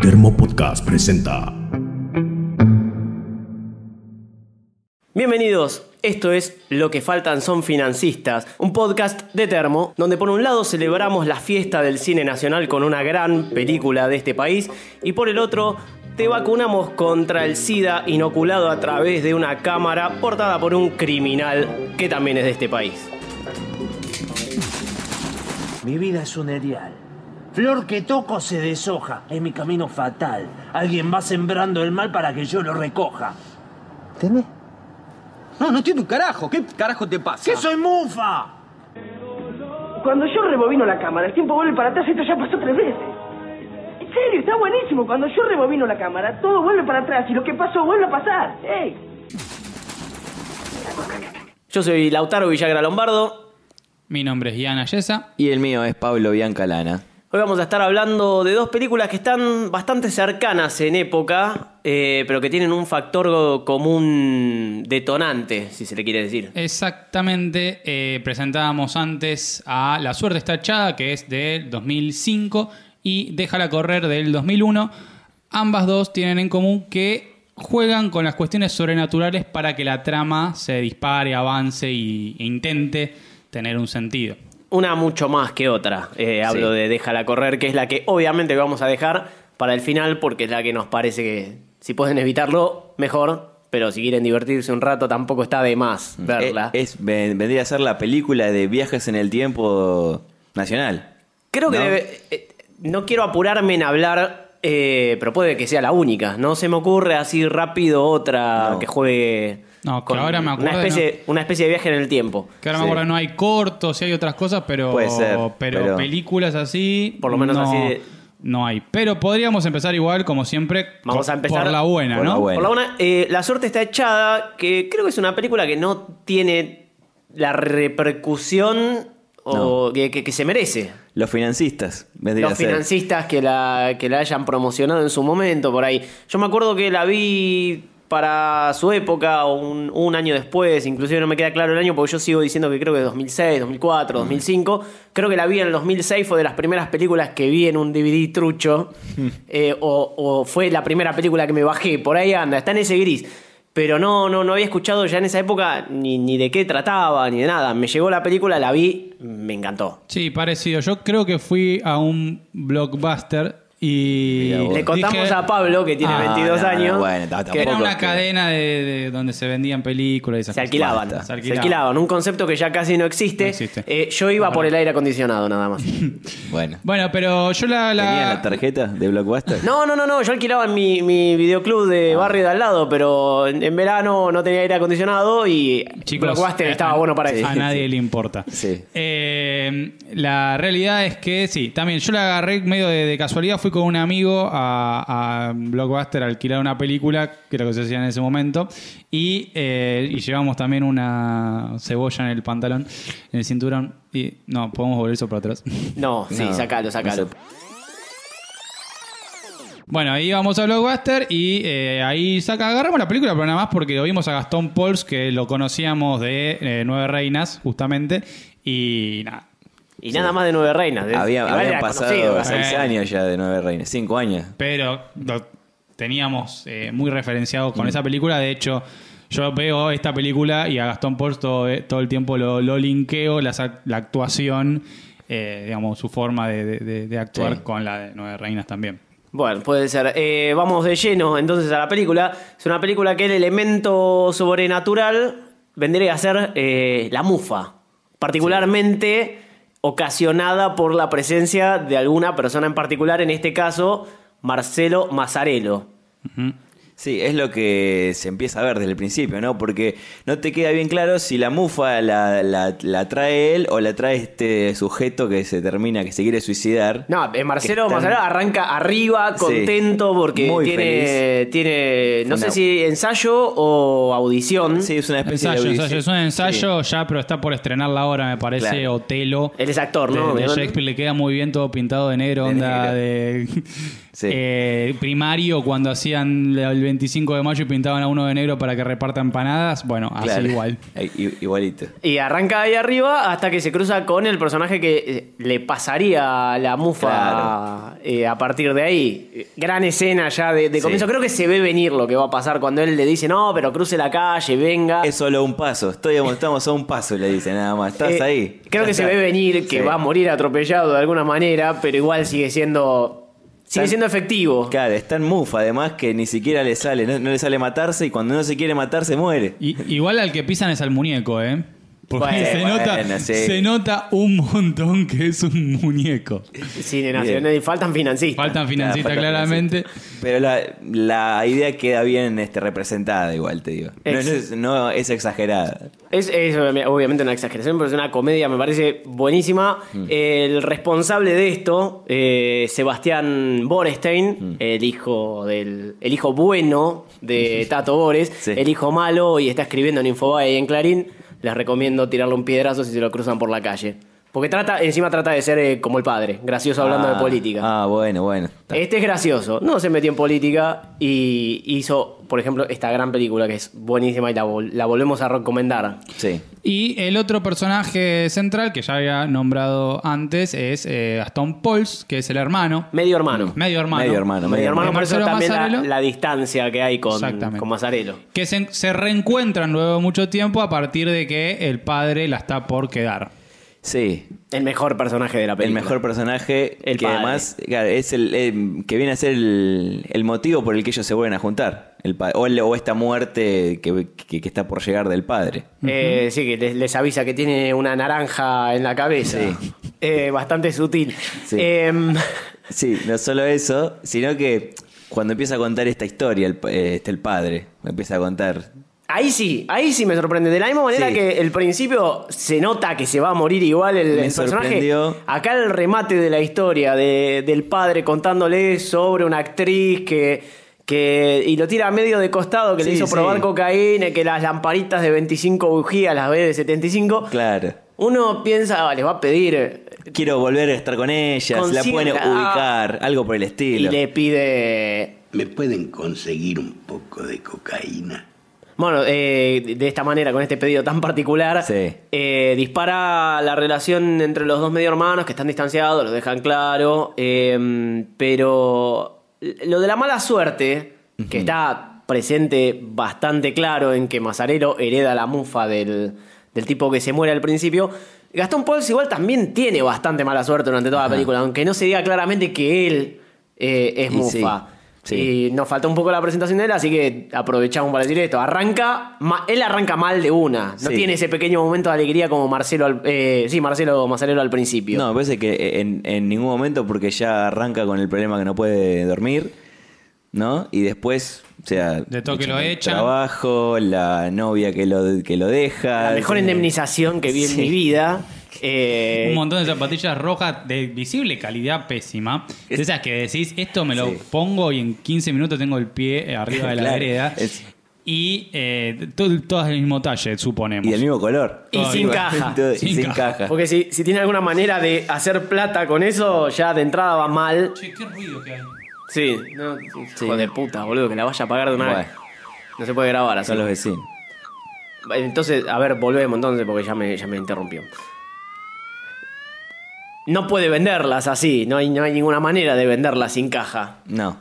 Termo Podcast presenta. Bienvenidos, esto es Lo que faltan son financistas, un podcast de Termo, donde por un lado celebramos la fiesta del cine nacional con una gran película de este país y por el otro te vacunamos contra el SIDA inoculado a través de una cámara portada por un criminal que también es de este país. Mi vida es un erial. Flor que toco se deshoja. Es mi camino fatal. Alguien va sembrando el mal para que yo lo recoja. ¿Teme? No, no entiendo un carajo. ¿Qué carajo te pasa? ¡Que soy mufa! Cuando yo rebobino la cámara, el tiempo vuelve para atrás, esto ya pasó tres veces. En serio, está buenísimo. Cuando yo rebobino la cámara, todo vuelve para atrás y lo que pasó vuelve a pasar. ¡Ey! Yo soy Lautaro Villagra Lombardo. Mi nombre es Iana Yesa. Y el mío es Pablo Biancalana. Hoy vamos a estar hablando de dos películas que están bastante cercanas en época, eh, pero que tienen un factor común detonante, si se le quiere decir. Exactamente, eh, presentábamos antes a La suerte está echada, que es del 2005, y Déjala correr del 2001. Ambas dos tienen en común que juegan con las cuestiones sobrenaturales para que la trama se dispare, avance y- e intente tener un sentido. Una mucho más que otra. Eh, hablo Sí. de Déjala correr, que es la que obviamente vamos a dejar para el final, porque es la que nos parece que si pueden evitarlo, mejor. Pero si quieren divertirse un rato, tampoco está de más verla. Eh, Es, ven- vendría a ser la película de viajes en el tiempo nacional. Creo que ¿No? debe- eh, no quiero apurarme en hablar, eh, pero puede que sea la única. No se me ocurre así rápido otra No. que juegue No, que ahora me una, acuerde, especie, una especie de viaje en el tiempo. Que ahora me Sí. acuerdo no hay cortos y hay otras cosas, pero, Puede ser, pero, pero- películas así. Por lo menos no, así de- No hay. Pero podríamos empezar igual, como siempre, Vamos co- a empezar por la buena, por la ¿no? buena. Por la una, eh, La suerte está echada, que creo que es una película que no tiene la repercusión o que, que- que se merece. Los financistas. Vendría Los a ser. financistas que la, que la hayan promocionado en su momento por ahí. Yo me acuerdo que la vi para su época o un, un año después, inclusive no me queda claro el año porque yo sigo diciendo que creo que es 2006, 2004, 2005. Creo que la vi en el 2006, fue de las primeras películas que vi en un DVD trucho eh, o, o fue la primera película que me bajé, por ahí anda, está en ese gris. Pero no, no, no había escuchado ya en esa época ni, ni de qué trataba, ni de nada. Me llegó la película, la vi, me encantó. Sí, parecido. Yo creo que fui a un blockbuster y. Mirá vos. Le contamos dije- a Pablo, que tiene Ah, 22 no, no, años, bueno, ta- que tampoco Era una es que- cadena de, de donde se vendían películas y esas se cosas. alquilaban, Basta. se alquilaban. Un concepto que ya casi no existe. No existe. Eh, yo iba por el aire acondicionado nada más. Bueno. Bueno, pero yo la. la- ¿Tenían la tarjeta de Blockbuster? No, no, no, no. Yo alquilaba en mi, mi videoclub Ah. de barrio de al lado, pero en, en verano no tenía aire acondicionado y Chicos, Blockbuster eh, estaba a- bueno para eso. A nadie le importa. Sí. Eh, la realidad es que sí, también yo la agarré medio de, de casualidad. Fui con un amigo a, a Blockbuster a alquilar una película, que era lo que se hacía en ese momento. Y, eh, y llevamos también una cebolla en el pantalón, en el cinturón. Y no, podemos volver eso para atrás. No, sí, No, sacalo, sacalo. no se- Bueno, ahí vamos a Blockbuster y eh, ahí saca, agarramos la película, pero nada más porque lo vimos a Gastón Pauls, que lo conocíamos de eh, Nueve Reinas, justamente, y nada. Y nada más de Nueve Reinas. Es- Había, igual habían era pasado conocido, ¿no? seis Eh. años ya de Nueve Reinas. Cinco años. Pero lo teníamos eh, muy referenciado con esa película, de hecho, yo veo esta película y a Gastón Pauls todo, eh, todo el tiempo lo, lo linkeo, la, sa- la actuación, eh, digamos, su forma de, de- de- de actuar Sí. con la de Nueve Reinas también. Bueno, puede ser. Eh, vamos de lleno entonces a la película. Es una película que el elemento sobrenatural vendría a ser eh, la mufa, particularmente ocasionada por la presencia de alguna persona en particular, en este caso Marcelo Mazzarello. Sí, es lo que se empieza a ver desde el principio, ¿no? Porque no te queda bien claro si la mufa la, la- la trae él o la trae este sujeto que se termina, que se quiere suicidar. No, eh, Marcelo Que están- Mazzarello arranca arriba, Sí. contento, porque Muy tiene, tiene, no Una- sé si ensayo o audición. Sí, es una especie Ensayo, de... ensayo, es un ensayo ya, pero está por estrenar la obra, me parece, Claro. Otelo. Él es actor, De- ¿no? de Obviamente. Shakespeare le queda muy bien todo pintado de negro, De onda negro. de Sí. eh, primario cuando hacían el 25 de mayo y pintaban a uno de negro para que reparta empanadas. Bueno, Claro. así igual. Eh, i- Igualito. Y arranca ahí arriba hasta que se cruza con el personaje que eh, le pasaría la mufa Claro. eh, a partir de ahí. Eh, Gran escena ya de, de Sí. comienzo. Creo que se ve venir lo que va a pasar cuando él le dice, no, pero cruce la calle, venga. Es solo un paso. Estoy, estamos a un paso, le dice nada más. Estás Eh, ahí. Creo Ya que se está. ve venir que Sí. va a morir atropellado de alguna manera, pero igual sigue siendo. Sigue Tan- siendo efectivo. Claro, es tan mufa además que ni siquiera le sale, no, no le sale matarse y cuando no se quiere matar se muere. Y- igual al que pisan es al muñeco, ¿eh? Porque Bueno, se, bueno, nota, sí. se nota un montón que es un muñeco. Sí, nena, si no, y faltan financistas. Faltan Nada, financistas falta claramente. financista. Pero la, la idea queda bien este, representada igual, te digo. No, Ex- no es, no es exagerada. Es, es obviamente una exageración, pero es una comedia, me parece buenísima. Mm. El responsable de esto, eh, Sebastián Borestein, el hijo del. el hijo bueno de Tato Bores, Mm. Sí. el hijo malo, y está escribiendo en Infobae y en Clarín. Les recomiendo tirarle un piedrazo si se lo cruzan por la calle. Porque trata, encima trata de ser eh, como el padre, gracioso hablando de Ah, política. Ah, bueno, bueno. Está- Este es gracioso, no se metió en política y hizo, por ejemplo, esta gran película que es buenísima y la, vol- la volvemos a recomendar. Sí. Y el otro personaje central que ya había nombrado antes es eh, Aston Pauls, que es el hermano. Medio hermano. Medio hermano. Medio hermano, Medio medio hermano, por eso Marcelo también la, Mazzarello. la distancia que hay con, Exactamente. con Mazzarello. Que se, se reencuentran luego de mucho tiempo a partir de que el padre la está por quedar. Sí. El mejor personaje de la El película. mejor personaje El que padre. además claro, es el, eh, que viene a ser el, el motivo por el que ellos se vuelven a juntar. El pa- o, el- o esta muerte que, que- que está por llegar del padre. Eh, Sí, que les, les avisa que tiene una naranja en la cabeza. Eh, bastante sutil. Sí. Em, Sí, no solo eso, sino que cuando empieza a contar esta historia, el, pa- eh, este, el padre me empieza a contar. ahí sí, ahí sí me sorprende. De la misma manera Sí. que el principio se nota que se va a morir igual el, Me el personaje. sorprendió. Acá el remate de la historia de- del padre contándole sobre una actriz que. que- y lo tira a medio de costado, que le Sí, hizo sí. probar cocaína, que las lamparitas de 25 bujías las ve de 75. Claro. Uno piensa, "Ah, les va a pedir. eh, Quiero volver a estar con ellas, la Consigue- pueden ah. ubicar, algo por el Y estilo. le pide. ¿Me pueden conseguir un poco de cocaína? Bueno, eh, de- de esta manera, con este pedido tan particular, Sí. eh, dispara la relación entre los dos medio hermanos que están distanciados, lo dejan claro. eh, pero lo de la mala suerte, que está presente bastante claro en que Mazarero hereda la mufa del, del tipo que se muere al principio. Gastón Pauls igual también tiene bastante mala suerte durante toda la película, aunque no se diga claramente que él eh, es Y sí, mufa. sí. Y nos faltó un poco la presentación de él, así que aprovechamos para decir esto. Arranca, ma- él arranca mal de una. No Sí. tiene ese pequeño momento de alegría como Marcelo, al- eh, sí, Marcelo Mazzarello al principio. No, me parece que en, en ningún momento, porque ya arranca con el problema que no puede dormir, ¿no? Y después, o sea. De toque lo el echan. Trabajo, la novia que lo, que lo deja. La mejor Sí. indemnización que vi en Sí. mi vida. eh, Un montón de zapatillas rojas de visible calidad pésima. De esas que decís, esto me lo Sí. pongo y en 15 minutos tengo el pie eh, arriba de la Claro, vereda. es- Y eh, to- todas del mismo talle, suponemos. Y del mismo color. Y sin caja. Y Sin sin, caja. caja. porque si, si tiene alguna manera de hacer plata con eso, ya de entrada va mal. Che, qué ruido que hay. Sí, no, hijo de puta, boludo, que la vaya a pagar de una Bueno, vez. No se puede grabar así. son los vecinos. Entonces, a ver, volvemos entonces porque ya me, ya me interrumpió. No puede venderlas así, no hay, no hay ninguna manera de venderlas sin caja. No.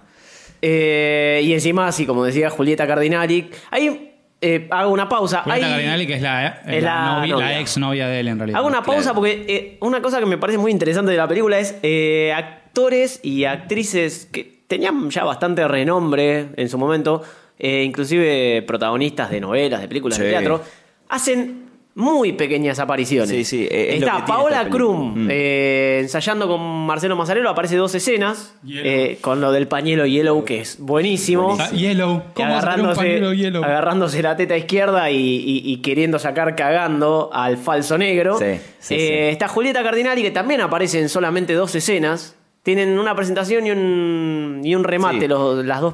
Eh, y encima, así como decía Julieta Cardinali, ahí eh, hago una pausa. Julieta hay- Cardinali, que es la, eh, es la la novia- la novia. ex novia de él, en realidad. Hago una Claro. pausa porque eh, una cosa que me parece muy interesante de la película es eh, actores y actrices que tenían ya bastante renombre en su momento, eh, inclusive protagonistas de novelas, de películas, de Sí. teatro, hacen muy pequeñas apariciones. Sí, sí, eh, es lo que Está tiene Paola esta película. Krum Mm. eh, ensayando con Marcelo Mazzarello, aparece dos escenas Yellow. eh, con lo del pañuelo yellow que es buenísimo. Ah, Yellow. ¿Cómo vas a tener un Agarrándose, pañuelo yellow? agarrándose la teta izquierda y, y- y queriendo sacar cagando al falso negro. Sí, sí, Eh, sí. Está Julieta Cardinali, que también aparece en solamente dos escenas. Tienen una presentación y un, y un remate, Sí. los- las dos.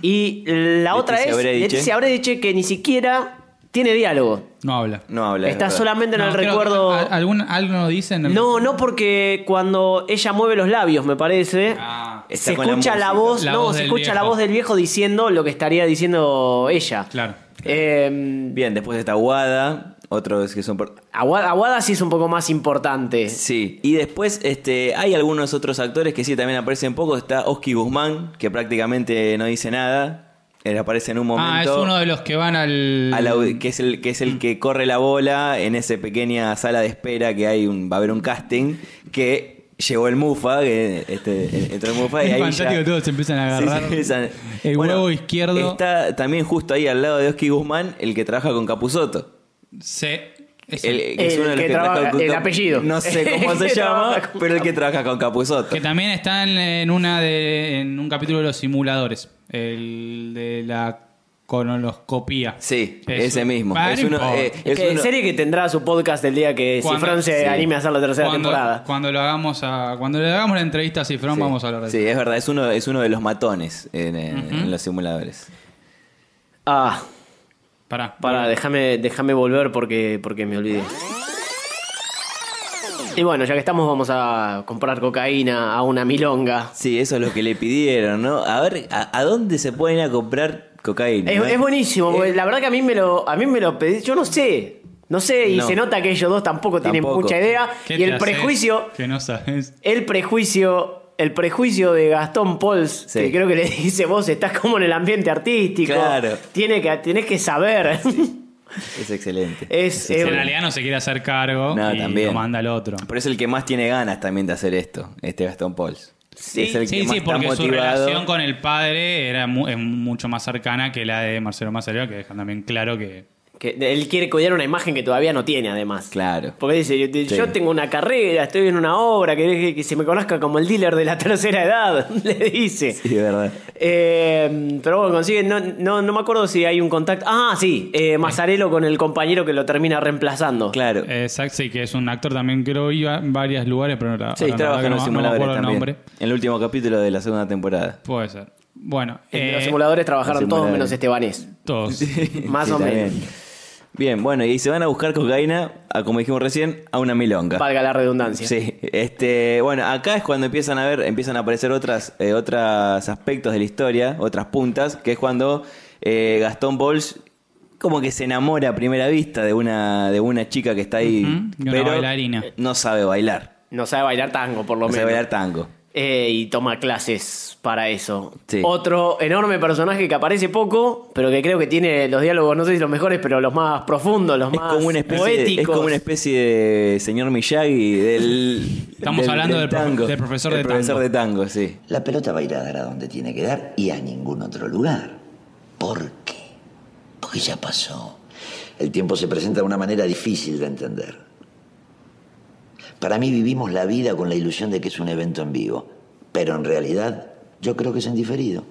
Y la otra es Brediche. Leticia Brediche, que ni siquiera Tiene diálogo. No habla. No habla. es Está verdad. solamente en No, el creo- recuerdo. ¿al- ¿Algún, ¿Algo dice? en el- No, no porque cuando ella mueve los labios, me parece, Ah, Está se con la escucha la, música. voz, La no, voz se del escucha la viejo. voz del viejo diciendo lo que estaría diciendo ella. Claro. Eh, Bien, después está Wada, otros que son por- Aguada, Aguada sí es un poco más importante. Sí, y después este, hay algunos otros actores que sí también aparecen poco. Está Oski Guzmán, que prácticamente no dice nada. Él aparece en un momento. Ah, es uno Mm. de los que van al. a la au- que es el que es el que corre la bola en esa pequeña sala de espera que hay un va a haber un casting que llegó el Mufa que este, entró el Mufa y Es ahí fantástico ya- que todos se empiezan a Sí, agarrar. se empiezan- El Bueno, huevo izquierdo. está también justo ahí al lado de Oski Guzmán el que trabaja con Capuzoto Se. es el, el- que es El uno de los que que trabaja- trabaja con el Cap- apellido. no sé cómo El se que llama trabaja con pero el que Cap- trabaja con Capuzoto que también está en, en una de. en un capítulo de los simuladores. El de la conoloscopía. sí Eso. ese mismo Ah, es no uno, importa. eh, es que uno- serie que tendrá su podcast el día que Cuando- Cifrón se sí. anime a hacer la tercera cuando, temporada. Cuando lo hagamos a. Cuando le hagamos la entrevista a Cifrón, sí. vamos a hablar de eso. sí es verdad es uno es uno de los matones en, eh, en los simuladores Ah, Pará. para, déjame, déjame volver porque, porque me olvidé. Y bueno, ya que estamos, vamos a comprar cocaína a una milonga. Sí, eso es lo que le pidieron, ¿no? A ver, ¿a, a dónde se pueden ir a comprar cocaína? Es, no? es buenísimo, porque Eh. la verdad que a mí me lo, a mí me lo pedí, yo no sé. No sé, y No. se nota que ellos dos tampoco, tienen Tampoco. mucha idea. ¿Qué Y te el haces? prejuicio, Que no sabes. el prejuicio, el prejuicio de Gastón Pols, Sí. que creo que le dice vos, estás como en el ambiente artístico. Claro. Tiene que, tenés que saber. Es excelente. Es- eh, Que es- en realidad no se quiere hacer cargo Eh, No, y también. lo manda al otro. Pero es el que más tiene ganas también de hacer esto, este Gastón Pauls. Sí, es el que Sí, más sí, está porque su motivado. relación con el padre era mu- es mucho más cercana que la de Marcelo Mazzarello, que dejan también claro que... que él quiere cuidar una imagen que todavía no tiene, además. Claro. Porque dice, yo, te- Sí. yo tengo una carrera, estoy en una obra, que, que- que se me conozca como el dealer de la tercera edad, le dice. Sí, es verdad. Eh, pero bueno, consigue, no, no, no me acuerdo si hay un contacto. Ah, sí, eh, Mazzarello con el compañero que lo termina reemplazando. Claro. Exacto, sí, que es un actor también que lo iba a varios lugares, pero no, sí, ahora la trabaja verdad que no- en los no me simuladores acuerdo el también. nombre. En el último capítulo de la segunda temporada. Puede ser. Bueno, En eh, los simuladores trabajaron los todos simuladores. menos Estebanés. todos. Más o menos. Bien, bueno, y se van a buscar cocaína, a, como dijimos recién, a una milonga. Valga la redundancia. Sí, este, bueno, acá es cuando empiezan a ver, empiezan a aparecer otras, eh, otros aspectos de la historia, otras puntas, que es cuando eh, Gastón Bols como que se enamora a primera vista de una, de una chica que está ahí, Ujú, de una pero bailarina. no sabe bailar, No sabe bailar tango, por lo no sabe menos. bailar tango. Eh, y toma clases para eso. Sí. Otro enorme personaje que aparece poco, pero que creo que tiene los diálogos, no sé si los mejores, pero los más profundos, los Es más como, una especie de, poéticos. es como una especie de señor Miyagi del. Estamos hablando del profe- del profesor El de profesor tango. de tango, sí. La pelota va a ir a dar a donde tiene que dar y a ningún otro lugar. ¿Por qué? Porque ya pasó. El tiempo se presenta de una manera difícil de entender. Para mí vivimos la vida con la ilusión de que es un evento en vivo, pero en realidad yo creo que es en diferido.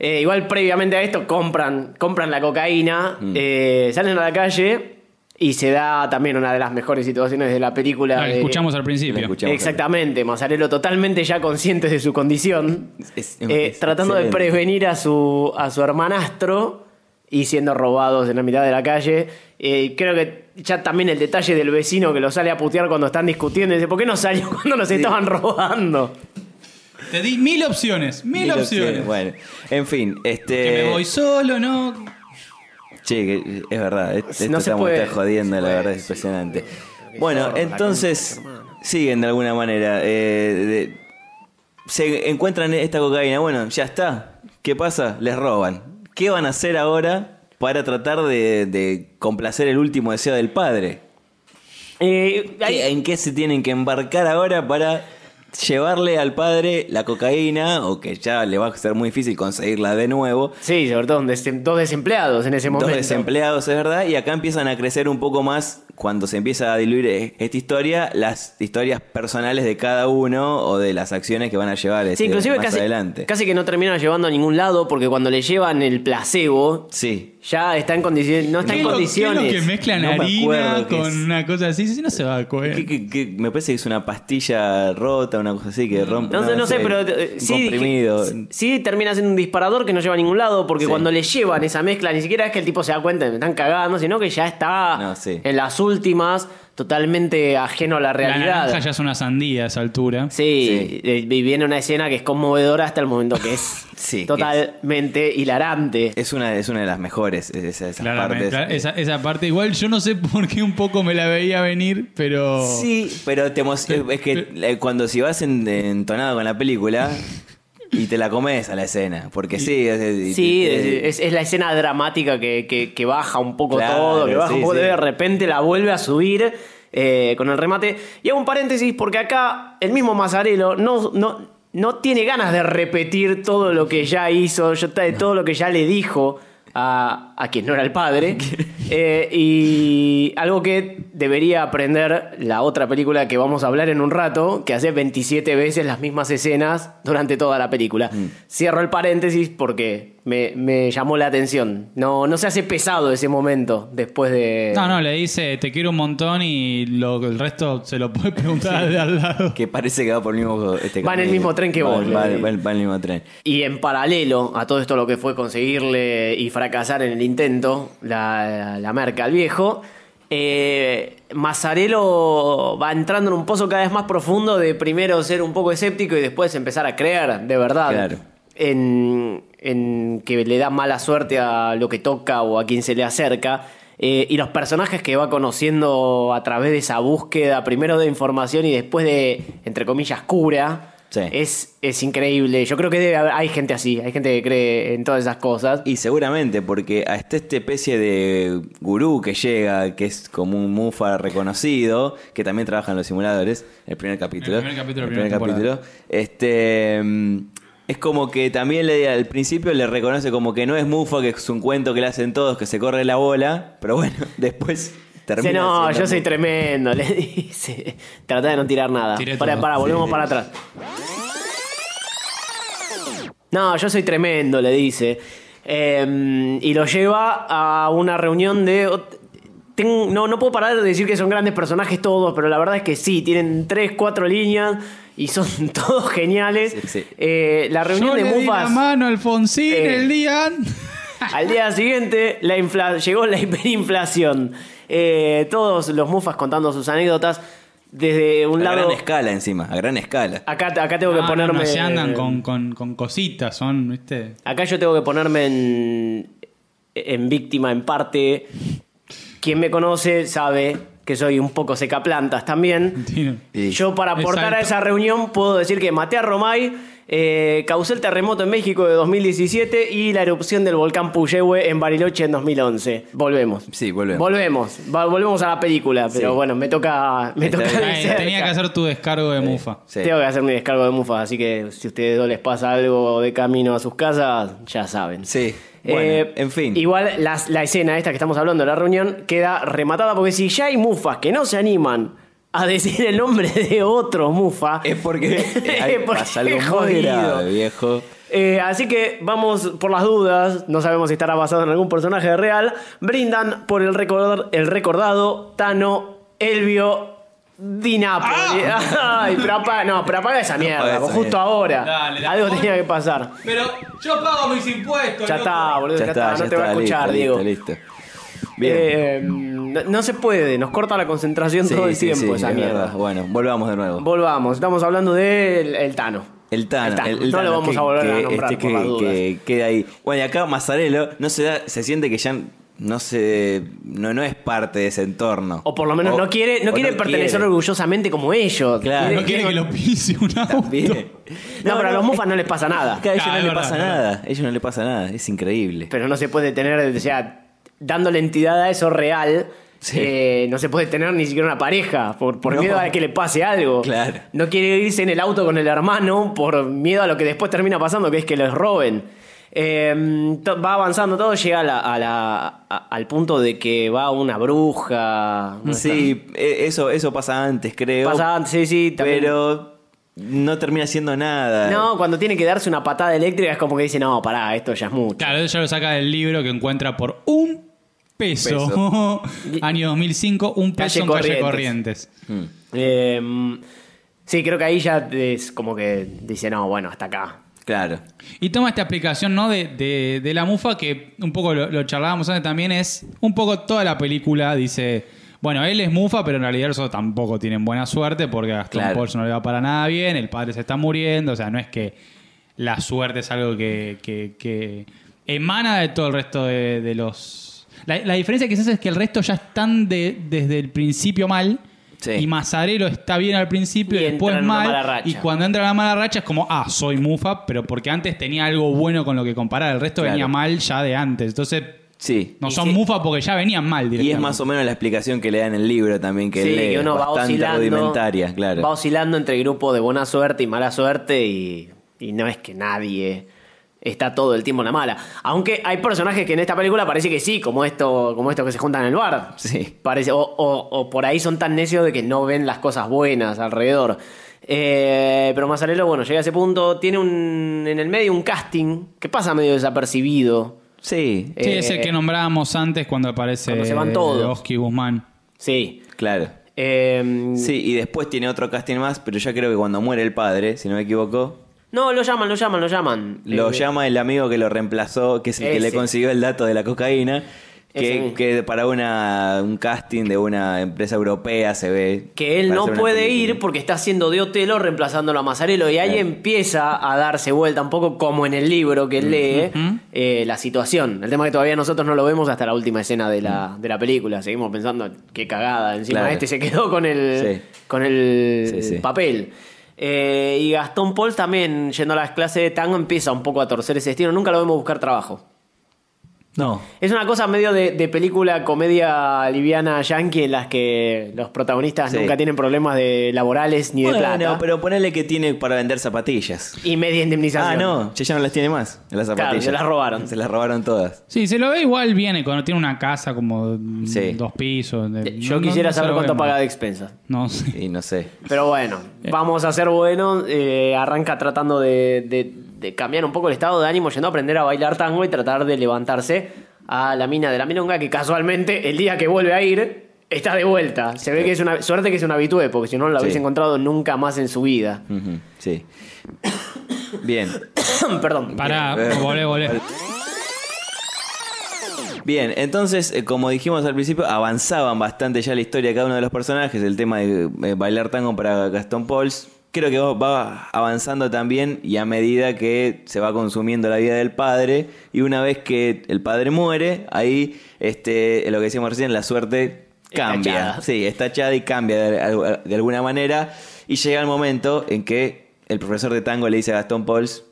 Eh, igual previamente a esto compran, compran la cocaína, Mm. eh, salen a la calle y se da también una de las mejores situaciones de la película. La que de- Ah, escuchamos al La principio. escuchamos. Exactamente, Mazzarello totalmente ya consciente de su condición, Es- es- eh, es tratando excelente. de prevenir a su, a su hermanastro y siendo robados en la mitad de la calle. Eh, creo que ya también el detalle del vecino que lo sale a putear cuando están discutiendo, dice, ¿por qué no salió cuando nos estaban robando? Te di mil opciones, mil, Mil opciones. Bueno, en fin, este. Que me voy solo, ¿no? Che, que- es verdad, est- esto No se estamos puede. está jodiendo, la verdad es impresionante. Bueno, entonces siguen de alguna manera. eh, de- se encuentran esta cocaína, bueno, ya está. ¿Qué pasa? Les roban. ¿Qué van a hacer ahora para tratar de, de complacer el último deseo del padre? Eh, ¿Qué- ahí- ¿En qué se tienen que embarcar ahora para llevarle al padre la cocaína? O que ya le va a ser muy difícil conseguirla de nuevo. Sí, sobre todo un desem- dos desempleados en ese momento. Dos desempleados, es verdad, y acá empiezan a crecer un poco más cuando se empieza a diluir eh, esta historia, las historias personales de cada uno o de las acciones que van a llevar este, Sí, inclusive más casi, adelante. casi que no terminan llevando a ningún lado porque cuando le llevan el placebo, Sí, ya está en condiciones. No está en ¿Qué es lo- condiciones. qué es lo que mezclan No me harina acuerdo qué con es. una cosa así? Sí, no se va a comer. ¿Qué- qué- qué? me parece que es una pastilla rota, una cosa así que rompe. Mm, No, sé, no sé, pero eh, un sí, Comprimido. sí- sí termina siendo un disparador que no lleva a ningún lado, porque Sí. cuando le llevan esa mezcla, ni siquiera es que el tipo se da cuenta, de que me están cagando, sino que ya está No, sí. en las últimas, totalmente ajeno a la La realidad. naranja ya es una sandía a esa altura. Sí, eh, y viene una escena que es conmovedora hasta el momento que es Sí, que totalmente hilarante. Es una, es una de las mejores, es- es- esas Claramente, partes. claro, esa, esa parte igual yo no sé por qué un poco me la veía venir, pero... Sí, pero te emo- es que eh, cuando si vas en- entonado con la película y te la comes a la escena, porque sí, es- es- Sí, te- es, es la escena dramática que, que- que baja un poco Claro, todo, que baja un sí, poco, sí. de repente la vuelve a subir eh, con el remate. Y hago un paréntesis porque acá el mismo Mazzarello no, no, no tiene ganas de repetir todo lo que ya hizo, yo- todo lo que ya le dijo a, a quien no era el padre. Eh, y algo que debería aprender la otra película que vamos a hablar en un rato, que hace 27 veces las mismas escenas durante toda la película. Cierro el paréntesis porque me, me llamó la atención. No, no se hace pesado ese momento después de... No, no, le dice, te quiero un montón y lo- el resto se lo puedes preguntar de al lado. que parece que va por el mismo este Va en el camino. mismo tren que Va- vos, Va, eh. va- va en el mismo tren. Y en paralelo a todo esto lo que fue conseguirle y fracasar en el intento, la, la marca al viejo, eh, Mazzarello va entrando en un pozo cada vez más profundo de primero ser un poco escéptico y después empezar a creer de verdad Claro. en, en que le da mala suerte a lo que toca o a quien se le acerca. Eh, y los personajes que va conociendo a través de esa búsqueda, primero de información y después de, entre comillas, cura, Sí. es, es increíble. Yo creo que debe haber- hay gente así, hay gente que cree en todas esas cosas. Y seguramente, porque hasta esta especie de gurú que llega, que es como un mufa reconocido, que también trabaja en los simuladores, el primer capítulo. El primer capítulo, el primera primer temporada. capítulo, Este. mm, Es como que también le, al principio le reconoce como que no es mufa, que es un cuento que le hacen todos, que se corre la bola, pero bueno, después termina. Dice, no, siendo yo soy mufa". tremendo, le dice. Trata de no tirar nada. Tiré Para, todo. para, volvemos para atrás. No, yo soy tremendo, le dice. Eh, y lo lleva a una reunión de... ot- ten- no, no puedo parar de decir que son grandes personajes todos, pero la verdad es que sí, tienen tres, cuatro líneas y son todos geniales. Sí, sí. Eh, la reunión Yo de le di la Mufas... mano a Alfonsín Eh. el día... an- Al día siguiente la infla- llegó la hiperinflación. Eh, todos los mufas contando sus anécdotas desde un A lado. gran escala encima, a gran escala. Acá, acá tengo que Ah, No, no, ponerme. no, se andan con, con- con cositas, son, viste... Acá yo tengo que ponerme en, en víctima en parte. Quien me conoce sabe que soy un poco secaplantas también. Tiene- Sí. Yo para aportar a Exacto. esa reunión puedo decir que maté a Romay, eh, causé el terremoto en México de 2017 y la erupción del volcán Puyehue en Bariloche en 2011. Volvemos. Sí, volvemos. Volvemos. Va- volvemos a la película, pero Sí. bueno, me toca... Me Está toca bien. de Ay, cerca. tenía que hacer tu descargo de mufa. Sí. Tengo que hacer mi descargo de mufa, así que si a ustedes dos les pasa algo de camino a sus casas, ya saben. Sí. Bueno, Eh, en fin. Igual las- la, escena esta que estamos hablando, la reunión, queda rematada porque si ya hay mufas que no se animan a decir el nombre de otro mufa. Es porque, eh, Es hay- porque pasa algo es muy jodido. grave, viejo. Eh, así que vamos por las dudas, no sabemos si estará basado en algún personaje real. Brindan por el, recordar- el recordado Tano Elvio Di Napoli. Ay, pero apaga, no, pero apaga esa mierda, Ah. esa justo mierda. ahora. Dale, dale. Algo tenía que pasar. Pero yo pago mis impuestos. Ya está, boludo, ya, está, no ya te va a está, escuchar, listo, Diego. Listo, listo. Bien. Eh, no, no se puede, nos corta la concentración Sí, todo el sí, tiempo sí, esa es mierda. verdad. Bueno, volvamos de nuevo. Volvamos, estamos hablando del el Tano. El Tano. El Tano. el- el No Tano, lo vamos que- a volver a que nombrar este por las que- dudas. que queda ahí. Bueno, y acá Mazzarello no se, da, se siente que ya no se no, no es parte de ese entorno. O por lo menos O- no quiere, no o quiere pertenecer orgullosamente como ellos. Claro. No quiere que lo pise un auto. Bien. No, pero a los es- mufas no les pasa nada. es que a ellos Claro, no es le verdad, pasa es verdad. nada. A ellos no le pasa nada. Es increíble. Pero no se puede tener, o sea, dándole entidad a eso real. Sí. eh, no se puede tener ni siquiera una pareja por, por No. miedo a que le pase algo. Claro. No quiere irse en el auto con el hermano por miedo a lo que después termina pasando, que es que los roben. Eh, to- va avanzando todo, llega a la- a la- a- al punto de que va una bruja. ¿no? sí, e- eso, eso pasa antes, creo. Pasa antes, sí, sí, también. Pero no termina haciendo nada. No, cuando tiene que darse una patada eléctrica es como que dice, no, pará, esto ya es mucho. Claro, ella lo saca del libro que encuentra por un peso. Año 2005, un Calle peso en calle Corrientes. Corrientes. Eh, sí, creo que ahí ya es como que dice, no, bueno, hasta acá. Claro. Y toma esta aplicación ¿no? de, de- de la mufa, que un poco lo, lo charlábamos antes también, es un poco toda la película dice, bueno, él es mufa, pero en realidad eso tampoco tienen buena suerte porque a Gastón Claro. Paulson no le va para nada bien, el padre se está muriendo, o sea, no es que la suerte es algo que, que- que emana de todo el resto de, de los... La, la diferencia quizás es que el resto ya están de- desde el principio mal. Sí. Y Mazarelo está bien al principio, Y después entra en una mal. mala racha. Y cuando entra la mala racha es como, ah, soy Mufa, pero porque antes tenía algo bueno con lo que comparar. El resto Claro. venía mal ya de antes. Entonces, Sí. no Y son sí. Mufa porque ya venían mal Y directamente. es más o menos la explicación que le dan en el libro también, que sí, lee, que uno va bastante oscilando. rudimentaria, claro. Va oscilando entre grupos de buena suerte y mala suerte y, y no es que nadie está todo el tiempo en la mala. Aunque hay personajes que en esta película parece que sí, como esto, como estos que se juntan en el bar. Sí. Parece, o, o- o por ahí son tan necios de que no ven las cosas buenas alrededor. Eh, pero Mazzarello, bueno, llega a ese punto. Tiene un, en el medio un casting que pasa medio desapercibido. Sí, Sí, eh, es el que nombrábamos antes cuando aparece cuando se van todos. Oski Guzmán. Sí. claro. Eh, Sí, y después tiene otro casting más, pero ya creo que cuando muere el padre, si no me equivoco, No, lo llaman, lo llaman, lo llaman. lo Eh, llama el amigo que lo reemplazó, que es el que le ese. consiguió el dato de la cocaína, Ese que, mismo. que para una, un casting de una empresa europea se ve. que él para no hacer una puede película. ir porque está haciendo de Otelo reemplazándolo a Mazzarello y ahí Claro. empieza a darse vuelta un poco como en el libro que él lee eh, la situación. El tema es que todavía nosotros no lo vemos hasta la última escena de la, de la película. Seguimos pensando, qué cagada, encima Mm. Claro. este se quedó con el, Sí. con el Sí, sí. papel. Eh, y Gastón Paul también, yendo a las clases de tango, empieza un poco a torcer ese estilo. Nunca lo vemos buscar trabajo. No. Es una cosa medio de, de película comedia liviana yankee en las que los protagonistas Sí. nunca tienen problemas de laborales ni de Bueno, plata. pero ponele que tiene para vender zapatillas. Y media indemnización. Ah, no, ya, ya no las tiene más, Claro, las zapatillas. se las robaron. Se las robaron todas. Sí, se lo ve igual viene cuando tiene una casa como mm, Sí. dos pisos. de- Yo no- no- quisiera no se saber lo cuánto vemos. Eh. paga de expensas. No sé. Y no sé. Pero bueno, vamos a ser buenos. Eh, arranca tratando de, de- de cambiar un poco el estado de ánimo, yendo a aprender a bailar tango y tratar de levantarse a la mina de la milonga, que casualmente el día que vuelve a ir está de vuelta. Se ve que es una suerte que es un habitué, porque si no, no la Sí. hubiese encontrado nunca más en su vida. Ujú, Sí. Bien. Perdón. Pará, Eh, volé, volé. Bien, entonces, eh, como dijimos al principio, avanzaban bastante ya la historia de cada uno de los personajes, el tema de eh, bailar tango para Gastón Pauls. Creo que va- va avanzando también y a medida que se va consumiendo la vida del padre y una vez que el padre muere, ahí este, lo que decíamos recién, la suerte Está cambia. echada. Sí, está echada y cambia de, al- de alguna manera y llega el momento en que el profesor de tango le dice a Gastón Pauls,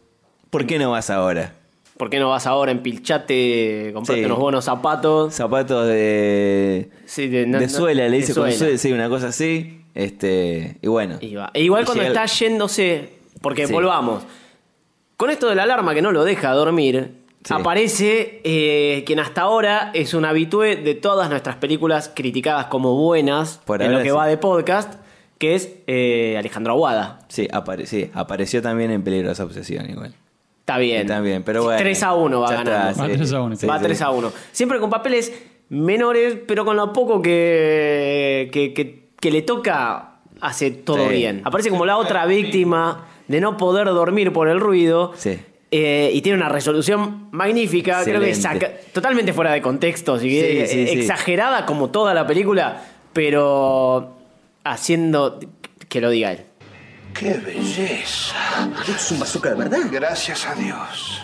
¿por qué no vas ahora? ¿Por qué no vas ahora en Pilchate, comprarte Sí. unos buenos zapatos? Zapatos de... Sí, de, no- de no- suela, le de dice con suela. suela, sí, una cosa así. Este, y bueno. Y va. E igual Y cuando llega está el- yéndose, porque Sí. volvamos, con esto de la alarma que no lo deja dormir, Sí. aparece eh, quien hasta ahora es un habitué de todas nuestras películas criticadas como buenas Por en ahora lo que sí. va de podcast, que es eh, Alejandro Aguada. Sí, apare- sí, apareció también en Peligrosa Obsesión igual. Está bien. Y también, pero bueno. 3 a 1 va Ya está, ganando. Va 3 a 1, sí, va 3 a 1. Siempre con papeles menores, pero con lo poco que, que, que- que le toca, hace todo Sí. bien. Aparece como la otra víctima de no poder dormir por el ruido. Sí. Eh, y tiene una resolución magnífica, creo que Excelente. saca, totalmente fuera de contexto, así que, Sí, sí, eh, sí. exagerada como toda la película, pero haciendo que lo diga él. ¡Qué belleza! Es un bazooka de verdad. Gracias a Dios.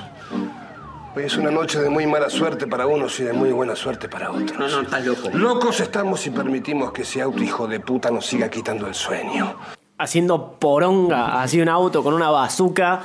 Hoy es una noche de muy mala suerte para unos y de muy buena suerte para otros. No, no, estás loco. Locos estamos si permitimos que ese auto hijo de puta nos siga quitando el sueño. haciendo poronga así un auto con una bazuca.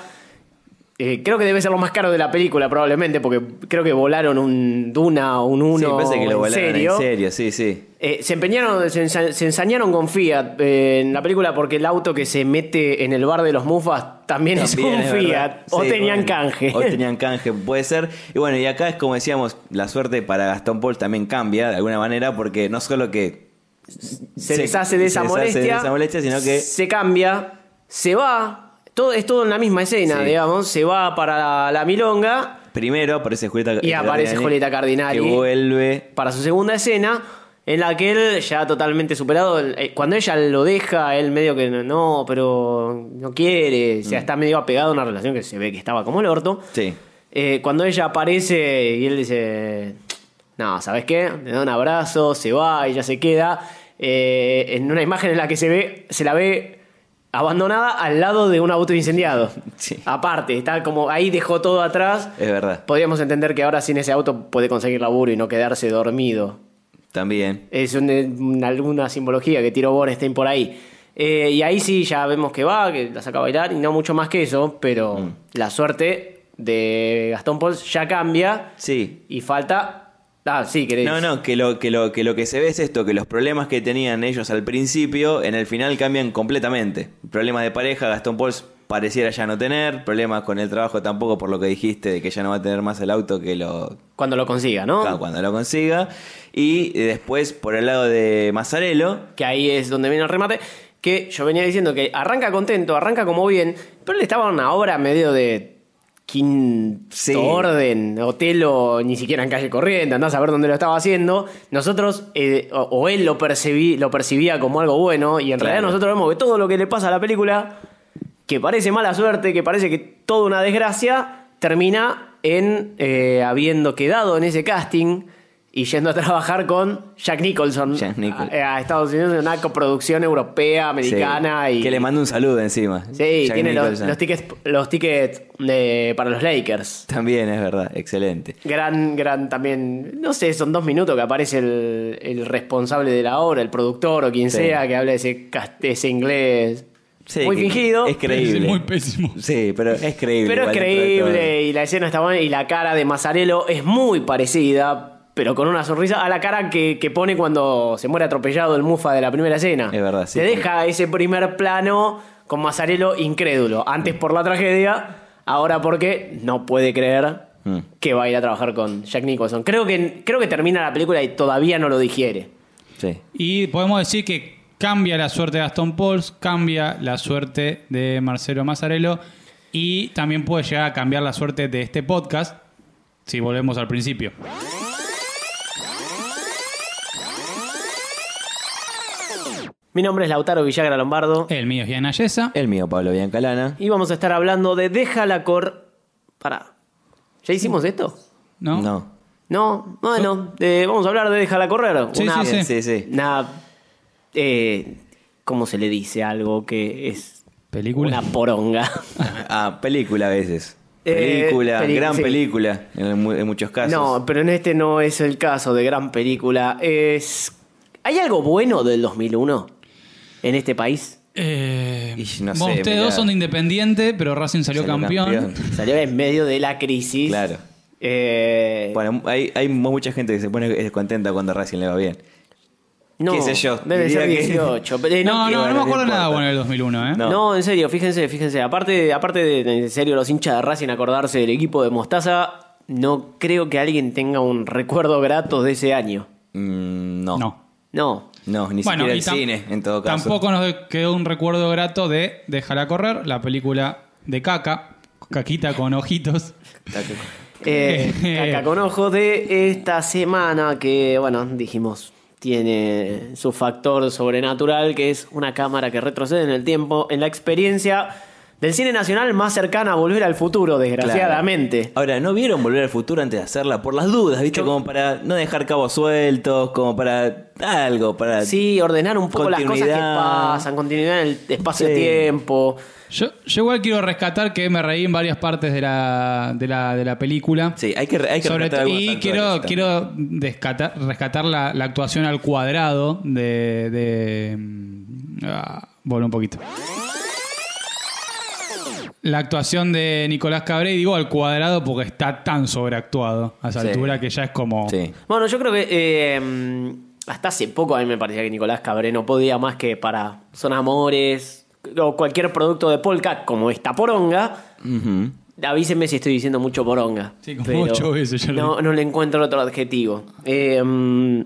Eh, creo que debe ser lo más caro de la película, probablemente, porque creo que volaron un Duna o un Sí, Uno. parece que lo en volaron serio. en serio, sí, sí. Eh, se empeñaron, se, ensa- se ensañaron con Fiat eh, en la película porque el auto que se mete en el bar de los mufas también, es También un es Fiat. verdad. O Sí, tenían bueno, canje. O tenían canje, puede ser. Y bueno, y acá es como decíamos, la suerte para Gastón Paul también cambia de alguna manera, porque no solo que se se- deshace de se esa deshace de molestia. esa molestia, sino que- Se cambia se va, todo, es todo en la misma escena, Sí. digamos, se va para la, la milonga Primero aparece Julieta y aparece Julieta Que Cardinali vuelve. para su segunda escena en la que él ya totalmente superado, eh, cuando ella lo deja, él medio que no, no, pero no quiere, o sea, está medio apegado a una relación que se ve que estaba como el orto. Mm. Sí. Eh, cuando ella aparece y él dice, no, ¿sabes qué? Le da un abrazo, se va, ella se queda. eh, en una imagen en la que se ve, se la ve abandonada al lado de un auto incendiado. Sí. Aparte, está como ahí dejó todo atrás. Es verdad. Podríamos entender que ahora sin ese auto puede conseguir laburo y no quedarse dormido. También. Es un- eh, un- alguna simbología que tiró Bornstein por ahí. Eh, y ahí sí ya vemos que va, que la saca a bailar y no mucho más que eso, pero Mm. la suerte de Gastón Pauls ya cambia Sí. y falta... Ah, sí, querés. No, no, que lo, que, lo, que lo que se ve es esto, que los problemas que tenían ellos al principio, en el final cambian completamente. Problemas de pareja, Gastón Pauls pareciera ya no tener, problemas con el trabajo tampoco por lo que dijiste, de que ya no va a tener más el auto que lo Cuando lo consiga, ¿no? ca- cuando lo consiga. Y eh, después, por el lado de Mazzarello, Que ahí es donde viene el remate. Que yo venía diciendo que arranca contento, arranca como bien, pero le estaba una obra medio de quinto Sí. orden, hotel o ni siquiera en calle corriente, andás a ver dónde lo estaba haciendo. Nosotros, eh, o, o él lo, percibí, lo percibía como algo bueno, y en Claro. realidad nosotros vemos que todo lo que le pasa a la película, que parece mala suerte, que parece que toda una desgracia, termina en eh, habiendo quedado en ese casting y yendo a trabajar con Jack Nicholson Jack Nicholson. a, a Estados Unidos en una coproducción europea, americana sí, y... que le manda un saludo encima. Sí, Jack tiene los, Nicholson. los tickets, los tickets de- para los Lakers. También es verdad, excelente. Gran, gran también. No sé, son dos minutos que aparece el, el responsable de la obra, el productor o quien Sí. sea, que habla ese, cast- ese inglés Sí, muy que- fingido. Es creíble. Es muy pésimo. Sí, pero es creíble. Pero es igual dentro de todo. creíble y la escena está buena y la cara de Mazzarello es muy parecida, pero con una sonrisa a la cara que, que pone cuando se muere atropellado el mufa de la primera escena. Es verdad, sí. Te deja ese primer plano con Mazzarello incrédulo. Antes por la tragedia, ahora porque no puede creer Mm. que va a ir a trabajar con Jack Nicholson. Creo que, creo que termina la película y todavía no lo digiere. Sí. Y podemos decir que cambia la suerte de Aston Pauls, cambia la suerte de Marcelo Mazzarello y también puede llegar a cambiar la suerte de este podcast si volvemos al principio. Mi nombre es Lautaro Villagra Lombardo. El mío es Gianna Yesa. El mío, Pablo Biancalana. Y vamos a estar hablando de Déjala Cor. Pará. ¿Ya hicimos esto? ¿No? no. No, bueno, eh, vamos a hablar de Déjala Correr. Sí, una, sí, sí. Sí, sí. Una, eh, ¿Cómo se le dice algo que es Película. una poronga? Ah, película a veces. Eh, Película, peli- gran sí. película en, mu- en muchos casos. No, pero en este no es el caso de gran película. Es ¿Hay algo bueno del 2001 en este país? Eh, Y no vos, sé, ustedes mirá. dos son de Independiente, pero Racing salió, Salió campeón. campeón. Salió en medio de la crisis. Claro. Eh, Bueno, hay, hay mucha gente que se pone eh, contenta cuando Racing le va bien. no, qué sé yo, Debe diría ser que- 18. pero, eh, No, no, quiero- no, me acuerdo no nada importa. bueno del 2001, ¿eh? No. No. en serio, fíjense, fíjense. Aparte, aparte de, en serio, los hinchas de Racing acordarse del equipo de Mostaza, no creo que alguien tenga un recuerdo grato de ese año. Mm, no. No. No. No, ni Bueno, siquiera y el tam- cine, en todo caso. Tampoco nos de- quedó un recuerdo grato de Déjala correr, la película de caca, caquita con ojitos. Eh, caca con ojos de esta semana que, bueno, dijimos, tiene su factor sobrenatural, que es una cámara que retrocede en el tiempo, en la experiencia del cine nacional más cercana a volver al futuro, Claro. desgraciadamente. Ahora, ¿no vieron Volver al Futuro antes de hacerla? Por las dudas, ¿viste? Como para no dejar cabos sueltos, como para algo, para... Sí, ordenar un poco las cosas que Continuidad. pasan, continuidad en el espacio-tiempo. Yo, yo igual quiero rescatar que me reí en varias partes de la, de la, de la película. Sí, hay que, hay que Sobre rescatar to- algunos y actores quiero, también. quiero descatar- rescatar la, la actuación al cuadrado de... de mm, ah, voló un poquito. La actuación de Nicolás Cabré, y digo al cuadrado porque está tan sobreactuado a esa Sí. altura que ya es como... Sí. Bueno, yo creo que eh, hasta hace poco a mí me parecía que Nicolás Cabré no podía más que para Son Amores o cualquier producto de Polka como esta poronga. Ujú. Avísenme si estoy diciendo mucho poronga. Sí, como pero ocho veces ya lo no, no le encuentro otro adjetivo. Eh, mm,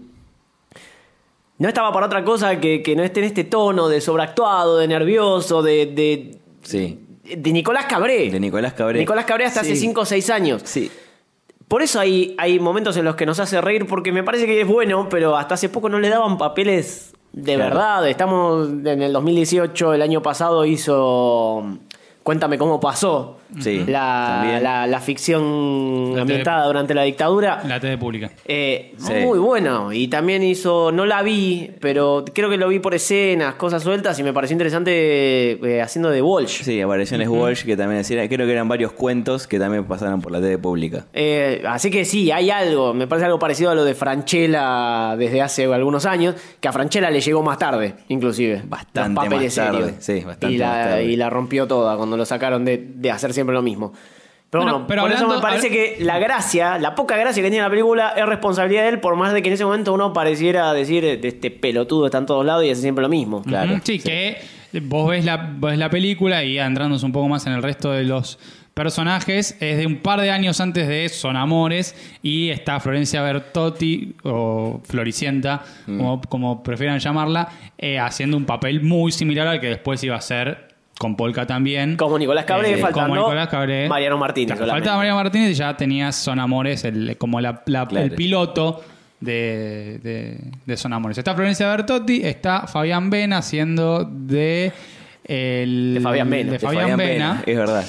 No estaba para otra cosa que, que no esté en este tono de sobreactuado, de nervioso, de. de, Sí. de Nicolás Cabré. De Nicolás Cabré. Nicolás Cabré hasta Sí. hace 5 o 6 años. Sí. Por eso hay, hay momentos en los que nos hace reír, porque me parece que es bueno, pero hasta hace poco no le daban papeles de Claro. verdad. Estamos en el 2018, el año pasado hizo. Cuéntame cómo pasó Sí, la, también. la- la ficción La ambientada durante la dictadura. La TV pública. Eh, Sí. Muy bueno. Y también hizo. No la vi, pero creo que lo vi por escenas, cosas sueltas, y me pareció interesante eh, haciendo de Walsh. Sí, apariciones Walsh, que también decían, creo que eran varios cuentos que también pasaron por la TV pública. Eh, así que sí, hay algo, me parece algo parecido a lo de Franchella desde hace algunos años, que a Franchella le llegó más tarde, inclusive. Bastante Los papeles más tarde, serios. sí, bastante y la, más tarde. y la rompió toda cuando lo sacaron de, de hacer siempre lo mismo. Pero Bueno, bueno, pero por eso hablando- me parece que la gracia, la poca gracia que tiene la película es responsabilidad de él, por más de que en ese momento uno pareciera decir, "Eh, este pelotudo está en todos lados y hace siempre lo mismo. Claro, Ujú, Mm, Sí, que vos ves, la, vos ves la película y adentrándose un poco más en el resto de los personajes, es de un par de años antes de Son Amores y está Florencia Bertotti o Floricienta, como, como prefieran llamarla, eh, haciendo un papel muy similar al que después iba a hacer con Polka también. Como Nicolás Cabré, Eh, faltando como Nicolás Cabré. Mariano Martínez. Claro, solamente. faltaba Mariano Martínez y ya tenía Son Amores el- como la- la- el Claro. piloto de, de, de Son Amores. Está Florencia Bertotti, está Fabián Vena haciendo de... El, De Fabián Vena. de De Fabián Vena. Es verdad.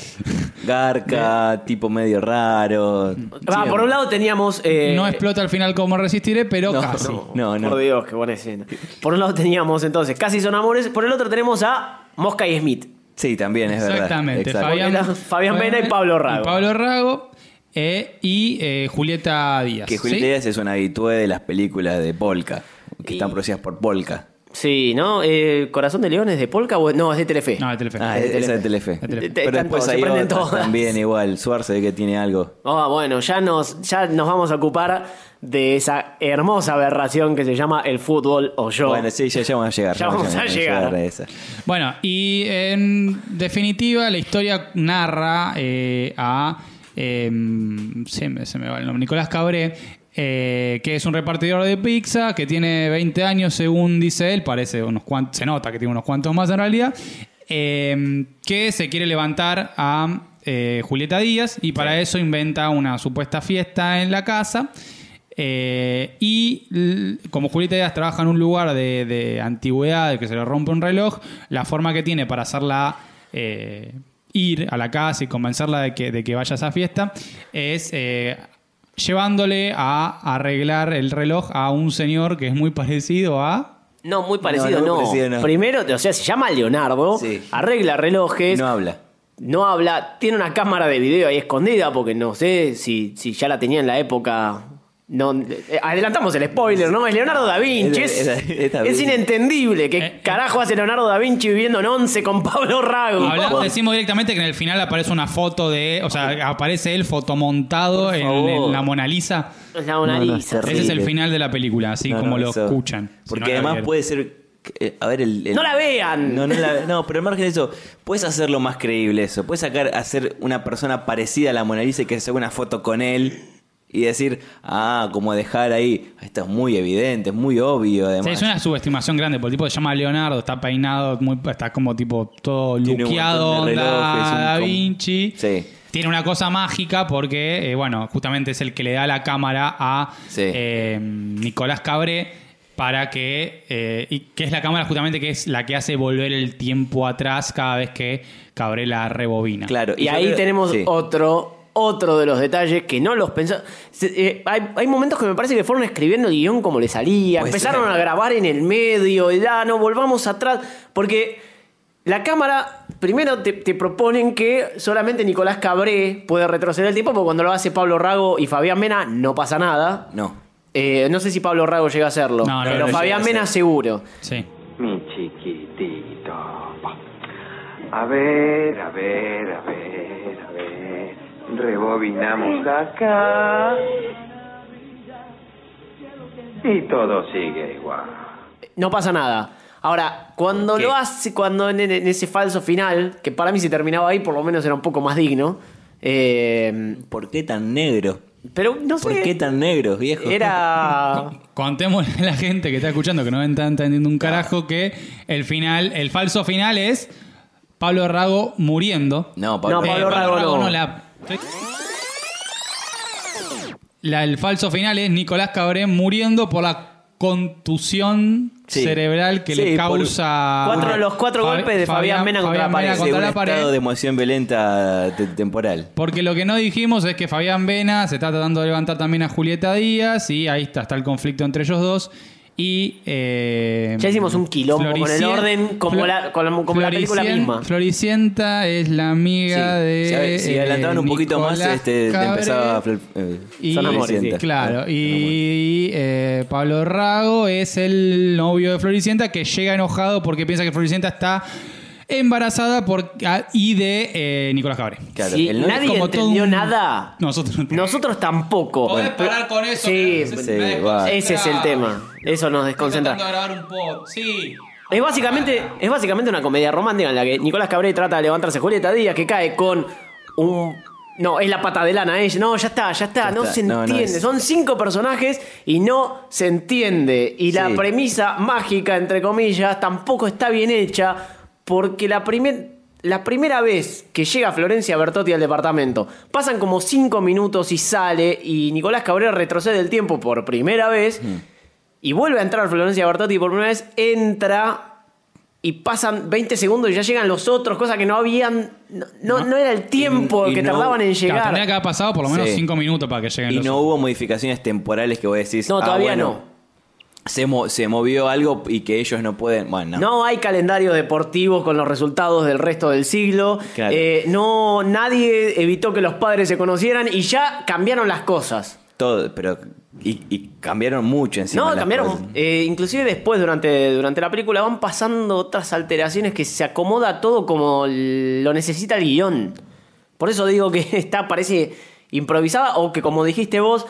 Garca, tipo medio raro. Ah, Sí, por un lado teníamos... eh, no explota al final como resistiré, pero No, casi. no. no. Por Dios, qué buena escena. Por un lado teníamos entonces Casi Son Amores, por el otro tenemos a Mosca y Smith. Sí, también es verdad. Exactamente. Exacto. Fabián, Era Fabián Vena y Pablo Rago. Y Pablo Rago eh, y eh, Julieta Díaz. Que ¿sí? Julieta Díaz es una habitué de las películas de Polka, que están producidas por Polka. Sí, ¿no? Eh, Corazón de León es de Polka o no, es de Telefe. No, de Telefe. Ah, de es- esa de Telefe. De Telefe. Telefe. Están Pero después todas, se hay prenden otras todas. también igual. Suarce de que tiene algo. Ah, bueno, ya nos, ya nos vamos a ocupar de esa hermosa aberración que se llama el fútbol o yo. Bueno, sí, ya, ya vamos a llegar. Ya vamos a llegar. a esa. Bueno, y en definitiva, la historia narra eh, a. eh, se, me, se me va el nombre, Nicolás Cabré. eh, que es un repartidor de pizza, que tiene 20 años según dice él, parece unos cuantos, se nota que tiene unos cuantos más en realidad, eh, que se quiere levantar a eh, Julieta Díaz y para eso inventa una supuesta fiesta en la casa eh, y l- como Julieta Díaz trabaja en un lugar de, de antigüedad, que se le rompe un reloj, la forma que tiene para hacerla eh, ir a la casa y convencerla de que, de que vaya a esa fiesta es eh, llevándole a arreglar el reloj a un señor que es muy parecido a... No, muy parecido, no. No, no, muy parecido, no. Primero, o sea, se llama Leonardo, Sí. arregla relojes, No no. habla. habla, tiene una cámara de video ahí escondida, porque no sé si, si ya la tenía en la época. No, eh, adelantamos el spoiler, ¿no? Es Leonardo da Vinci. Es, Es- es- es Da es Vinci. inentendible. Eh, ¿Qué carajo hace Leonardo da Vinci viviendo en once con Pablo Rago? Habla- decimos directamente que en el final aparece una foto de... O sea, aparece él fotomontado en, favor. en la Mona Lisa. Es la Mona No, no, Lisa. es Ese es el Horrible. final de la película, así No, no, como lo eso- escuchan. Si Porque no la además vieron. puede ser. eh, A ver, el, el- ¡No la vean! No, no, la- no, pero al margen de eso, puedes hacerlo más creíble eso. Puedes sacar, hacer una persona parecida a la Mona Lisa y que se haga una foto con él y decir, ah, como dejar ahí. Esto es muy evidente, es muy obvio además. Sí, es una subestimación grande, porque el tipo se llama Leonardo, está peinado, muy, está como tipo todo Tiene un luqueado, montón de onda relojes, un Da com- Vinci. Sí. Tiene una cosa mágica porque, eh, bueno, justamente es el que le da la cámara a Sí. eh, Nicolás Cabré para que, eh, y que es la cámara justamente que es la que hace volver el tiempo atrás cada vez que Cabré la rebobina. Claro. Y yo ahí creo- tenemos sí. otro otro de los detalles que no los pensaba. eh, hay, hay momentos que me parece que fueron escribiendo el guión como le salía. Puede Empezaron ser. a grabar en el medio. y Ya, no, volvamos atrás. Porque la cámara, primero te, te proponen que solamente Nicolás Cabré puede retroceder el tiempo, porque cuando lo hace Pablo Rago y Fabián Mena no pasa nada. No. Eh, no sé si Pablo Rago llega a hacerlo, No, no, no pero llega a Fabián Mena hacer. seguro. Sí. Mi chiquitito. A ver, a ver, a ver, a ver. Rebobinamos acá. Y todo sigue igual. No pasa nada. Ahora, cuando ¿Qué? lo hace, cuando en, en ese falso final, que para mí si terminaba ahí, por lo menos era un poco más digno. eh, ¿Por qué tan negro? Pero no sé. ¿Por qué tan negros, viejo? Era. Co- Contémosle a la gente que está escuchando, que no está entendiendo un carajo, que el final, el falso final es Pablo Rago muriendo. No, Pablo. No, Pablo Eh, Rago no. la... La- el falso final es Nicolás Cabré muriendo por la contusión Sí. cerebral que Sí, le por causa... cuatro- los cuatro golpes de Fabián Mena contra la pared. Sí, contra un la pared. estado de emoción violenta te- temporal. Porque lo que no dijimos es que Fabián Vena se está tratando de levantar también a Julieta Díaz y ahí está, está el conflicto entre ellos dos. Y. eh, Ya hicimos un quilombo con el Floricien- orden, como la- como- como la película Floricien- misma. Floricienta es la amiga Sí. de. Si a- si eh, adelantaban un poquito más, Nicolás este, te Cabré empezaba a. fl- eh, y- Son amores, Floricienta. sí. Claro, y eh, Pablo Rago es el novio de Floricienta que llega enojado porque piensa que Floricienta está embarazada por, ah, y de eh, Nicolás Cabré. Claro, Si el novio- nadie como todo entendió un- nada. Nosotros no entendemos. Nosotros tampoco. Podés Pero- parar con eso. Sí, que se- pero- Sí, me va. desconcentra. ese es el tema. Eso nos Ah. Estoy desconcentra. tratando de grabar un pod. Sí. Es básicamente, es básicamente una comedia romántica en la que Nicolás Cabré trata de levantarse Julieta Díaz, que cae con un. No, es la pata de lana, ella. No, ya está, ya está, Ya no está. se No, no entiende. es- Son cinco personajes y no se entiende. Y la Sí. premisa mágica, entre comillas, tampoco está bien hecha porque la primer- La primera vez que llega Florencia Bertotti al departamento, pasan como cinco minutos y sale, y Nicolás Cabrera retrocede el tiempo por primera vez, Mm. y vuelve a entrar Florencia Bertotti por primera vez, entra y pasan 20 segundos y ya llegan los otros, cosa que no habían. No, no, no era el tiempo Y- y que no- tardaban en Claro, llegar. tendría que haber pasado por lo menos Sí. 5 minutos para que lleguen Y los no hubo modificaciones temporales que vos decís. No, ah, todavía bueno, Se, mo- se movió algo y que ellos no pueden. Bueno, no. No hay calendarios deportivos con los resultados del resto del siglo. Claro. Eh, no, nadie evitó que los padres se conocieran y ya cambiaron las cosas. Todo, pero. Y, y cambiaron mucho encima. No, las cambiaron. cosas. eh, inclusive después, durante, durante la película, van pasando otras alteraciones que se acomoda todo como l- lo necesita el guión. Por eso digo que está, parece improvisada o que, como dijiste vos,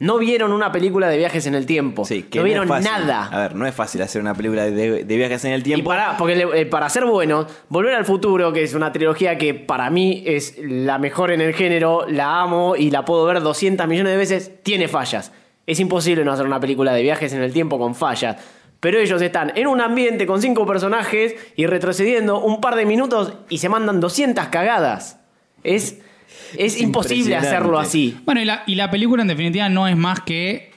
no vieron una película de viajes en el tiempo. Sí, que no es vieron fácil. nada. A ver, no es fácil hacer una película de, de viajes en el Y tiempo. para, porque le- eh, para ser bueno, Volver al Futuro, que es una trilogía que para mí es la mejor en el género, la amo y la puedo ver 200 millones de veces, tiene fallas. Es imposible no hacer una película de viajes en el tiempo con fallas. Pero ellos están en un ambiente con cinco personajes y retrocediendo un par de minutos y se mandan 200 cagadas. Es, es, imposible impresionante. hacerlo así. Bueno, y la, y la película en definitiva no es más que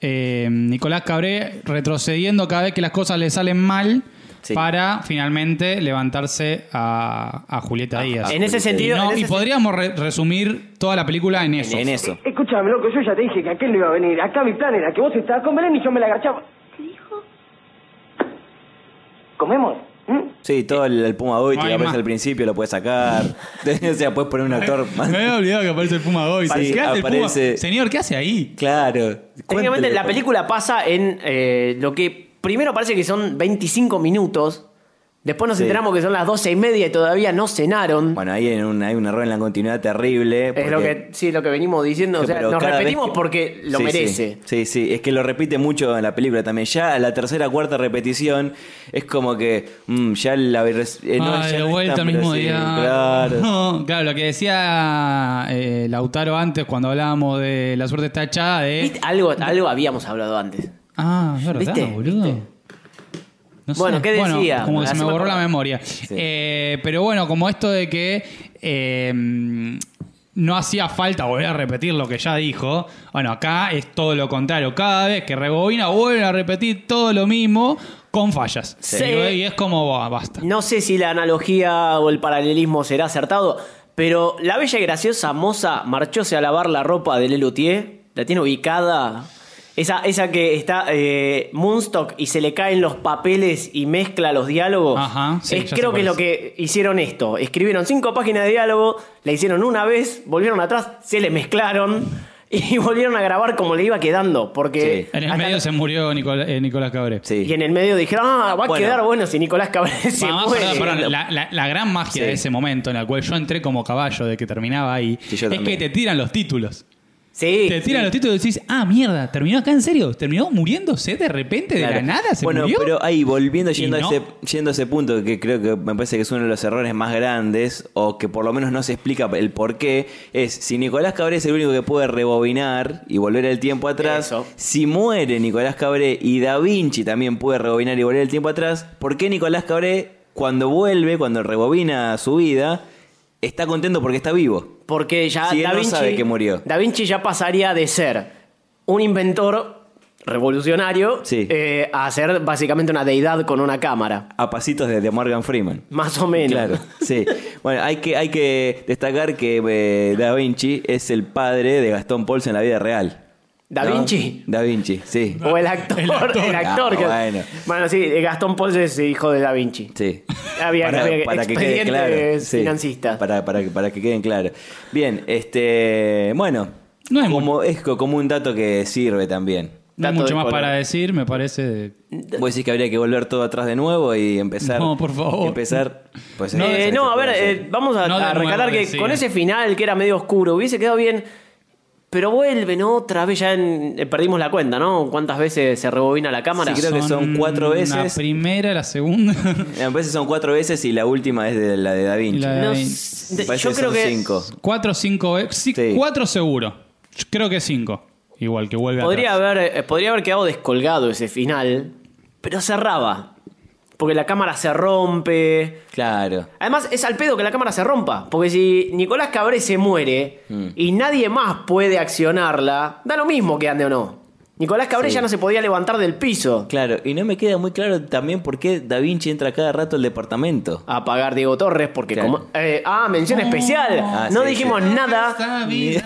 eh, Nicolás Cabré retrocediendo cada vez que las cosas le salen mal Sí. para finalmente levantarse a, a Julieta Díaz. En ese Y y, sentido, no- Ah, en y ese podríamos re- resumir toda la película en eso. En eso. Eh, Escúchame, loco, yo ya te dije que aquel no iba a venir. Acá mi plan era que vos estabas con Belén y yo me la agachaba. ¿Qué dijo? ¿Comemos? ¿Mm? Sí, todo el, el Puma Goiti No hay que aparece más. al principio lo puedes sacar. o sea, puedes poner un actor más. Me había olvidado que aparece el Puma Goy. Sí, ¿Qué hace el Puma? aparece- Señor, ¿qué hace ahí? Claro. Técnicamente Cuéntale, la por- película pasa en eh, lo que primero parece que son 25 minutos, después nos Sí. enteramos que son las 12 y media y todavía no cenaron. Bueno, ahí hay un, hay un error en la continuidad terrible. es lo porque- que, sí, lo que venimos diciendo. O sea, Pero nos cada vez repetimos que- porque lo Sí, sí. merece. Sí, sí, es que lo repite mucho en la película también. Ya a la tercera, cuarta repetición es como que mm, ya la res- eh, no, Ah, ya de no vuelta están, al mismo pero sí, día. Claro. No, claro, lo que decía eh, Lautaro antes cuando hablábamos de la suerte está echada de... ¿Viste? Algo, algo habíamos hablado antes. Ah, es verdad, ¿Viste? boludo. No sé. Bueno, ¿qué decía? como que se Haceme me borró acordar. la memoria. Eh, pero bueno, como esto de que eh, no hacía falta volver a repetir lo que ya dijo. Bueno, acá es todo lo contrario. Cada vez que rebobina, vuelve a repetir todo lo mismo con fallas. Sí. Y, y es como, "Buah, basta. No sé si la analogía o el paralelismo será acertado, pero la bella y graciosa moza marchóse a lavar la ropa de Lelutier. La tiene ubicada. Esa, esa que está eh, Moonstock y se le caen los papeles y mezcla los diálogos. Ajá, sí, Es- ya sé creo cuál que es lo es. que hicieron esto. Escribieron cinco páginas de diálogo, la hicieron una vez, volvieron atrás, se le mezclaron y volvieron a grabar como le iba quedando. Porque En el hasta- medio se murió Nicola- eh, Nicolás Cabré. Sí. Y en el medio dijeron, ah, va a Bueno. quedar bueno si Nicolás Cabrera se Mamá, muere. perdón, perdón, la, la- la gran magia Sí. de ese momento en la cual yo entré como caballo de que terminaba ahí Sí, es yo también. que te tiran los títulos. Sí. Te tiran sí. los títulos y decís, ah, mierda, ¿terminó acá en serio? ¿Terminó muriéndose de repente, de la Claro. nada? ¿Se bueno, murió? pero ahí, volviendo, Y yendo, no. a ese, yendo a ese punto, que creo que me parece que es uno de los errores más grandes, o que por lo menos no se explica el por qué, es si Nicolás Cabré es el único que puede rebobinar y volver el tiempo atrás, Eso. si muere Nicolás Cabré y Da Vinci también puede rebobinar y volver el tiempo atrás, ¿por qué Nicolás Cabré, cuando vuelve, cuando rebobina su vida, está contento porque está vivo? Porque ya Sí, él Da no Vinci. sabe que murió. Da Vinci ya pasaría de ser un inventor revolucionario Sí. eh, a ser básicamente una deidad con una cámara. A pasitos de de Morgan Freeman. Más o menos. Claro, sí. Bueno, hay que, hay que destacar que eh, Da Vinci es el padre de Gastón Pauls en la vida real. Da Vinci. Da Vinci, sí. O el actor. El actor. Ah, que- bueno. Bueno, sí, Gastón Pols es hijo de Da Vinci. Sí. Había- había expedientes sí. financistas. Para, para, que- para que queden claros. Bien, este. Bueno, No es como, es co- como un dato que sirve también. no hay Dato mucho de más color. para decir, me parece. de- Vos decís que habría que volver todo atrás de nuevo y empezar. No, por favor. Empezar. Pues, Eh, eh, no, a se ver, puede hacer. eh, vamos a, No de a nuevo, rescatar que decía. con ese final que era medio oscuro hubiese quedado bien, pero vuelven otra vez, ya en- eh, perdimos la cuenta, ¿no? ¿Cuántas veces se rebobina la cámara? Sí, creo que son cuatro La veces. primera, la segunda. eh, A veces son cuatro veces y la última es de la de Da Vinci. Y la de- No Ay. s- de- Me parece yo que creo son que cinco. cuatro, cinco veces. Sí, Sí. Cuatro seguro. Yo creo que cinco. Igual que vuelve podría atrás. haber, eh, podría haber quedado descolgado ese final, pero cerraba, porque la cámara se rompe. Claro. Además, es al pedo que la cámara se rompa. Porque si Nicolás Cabré se muere Mm. y nadie más puede accionarla, da lo mismo que ande o no. Nicolás Cabré Sí. ya no se podía levantar del piso Claro, y no me queda muy claro también por qué Da Vinci entra cada rato al departamento. a pagar Diego Torres porque Claro. como... eh, ah, mención Oh. especial. Ah, no sí, dijimos sí. nada Ni-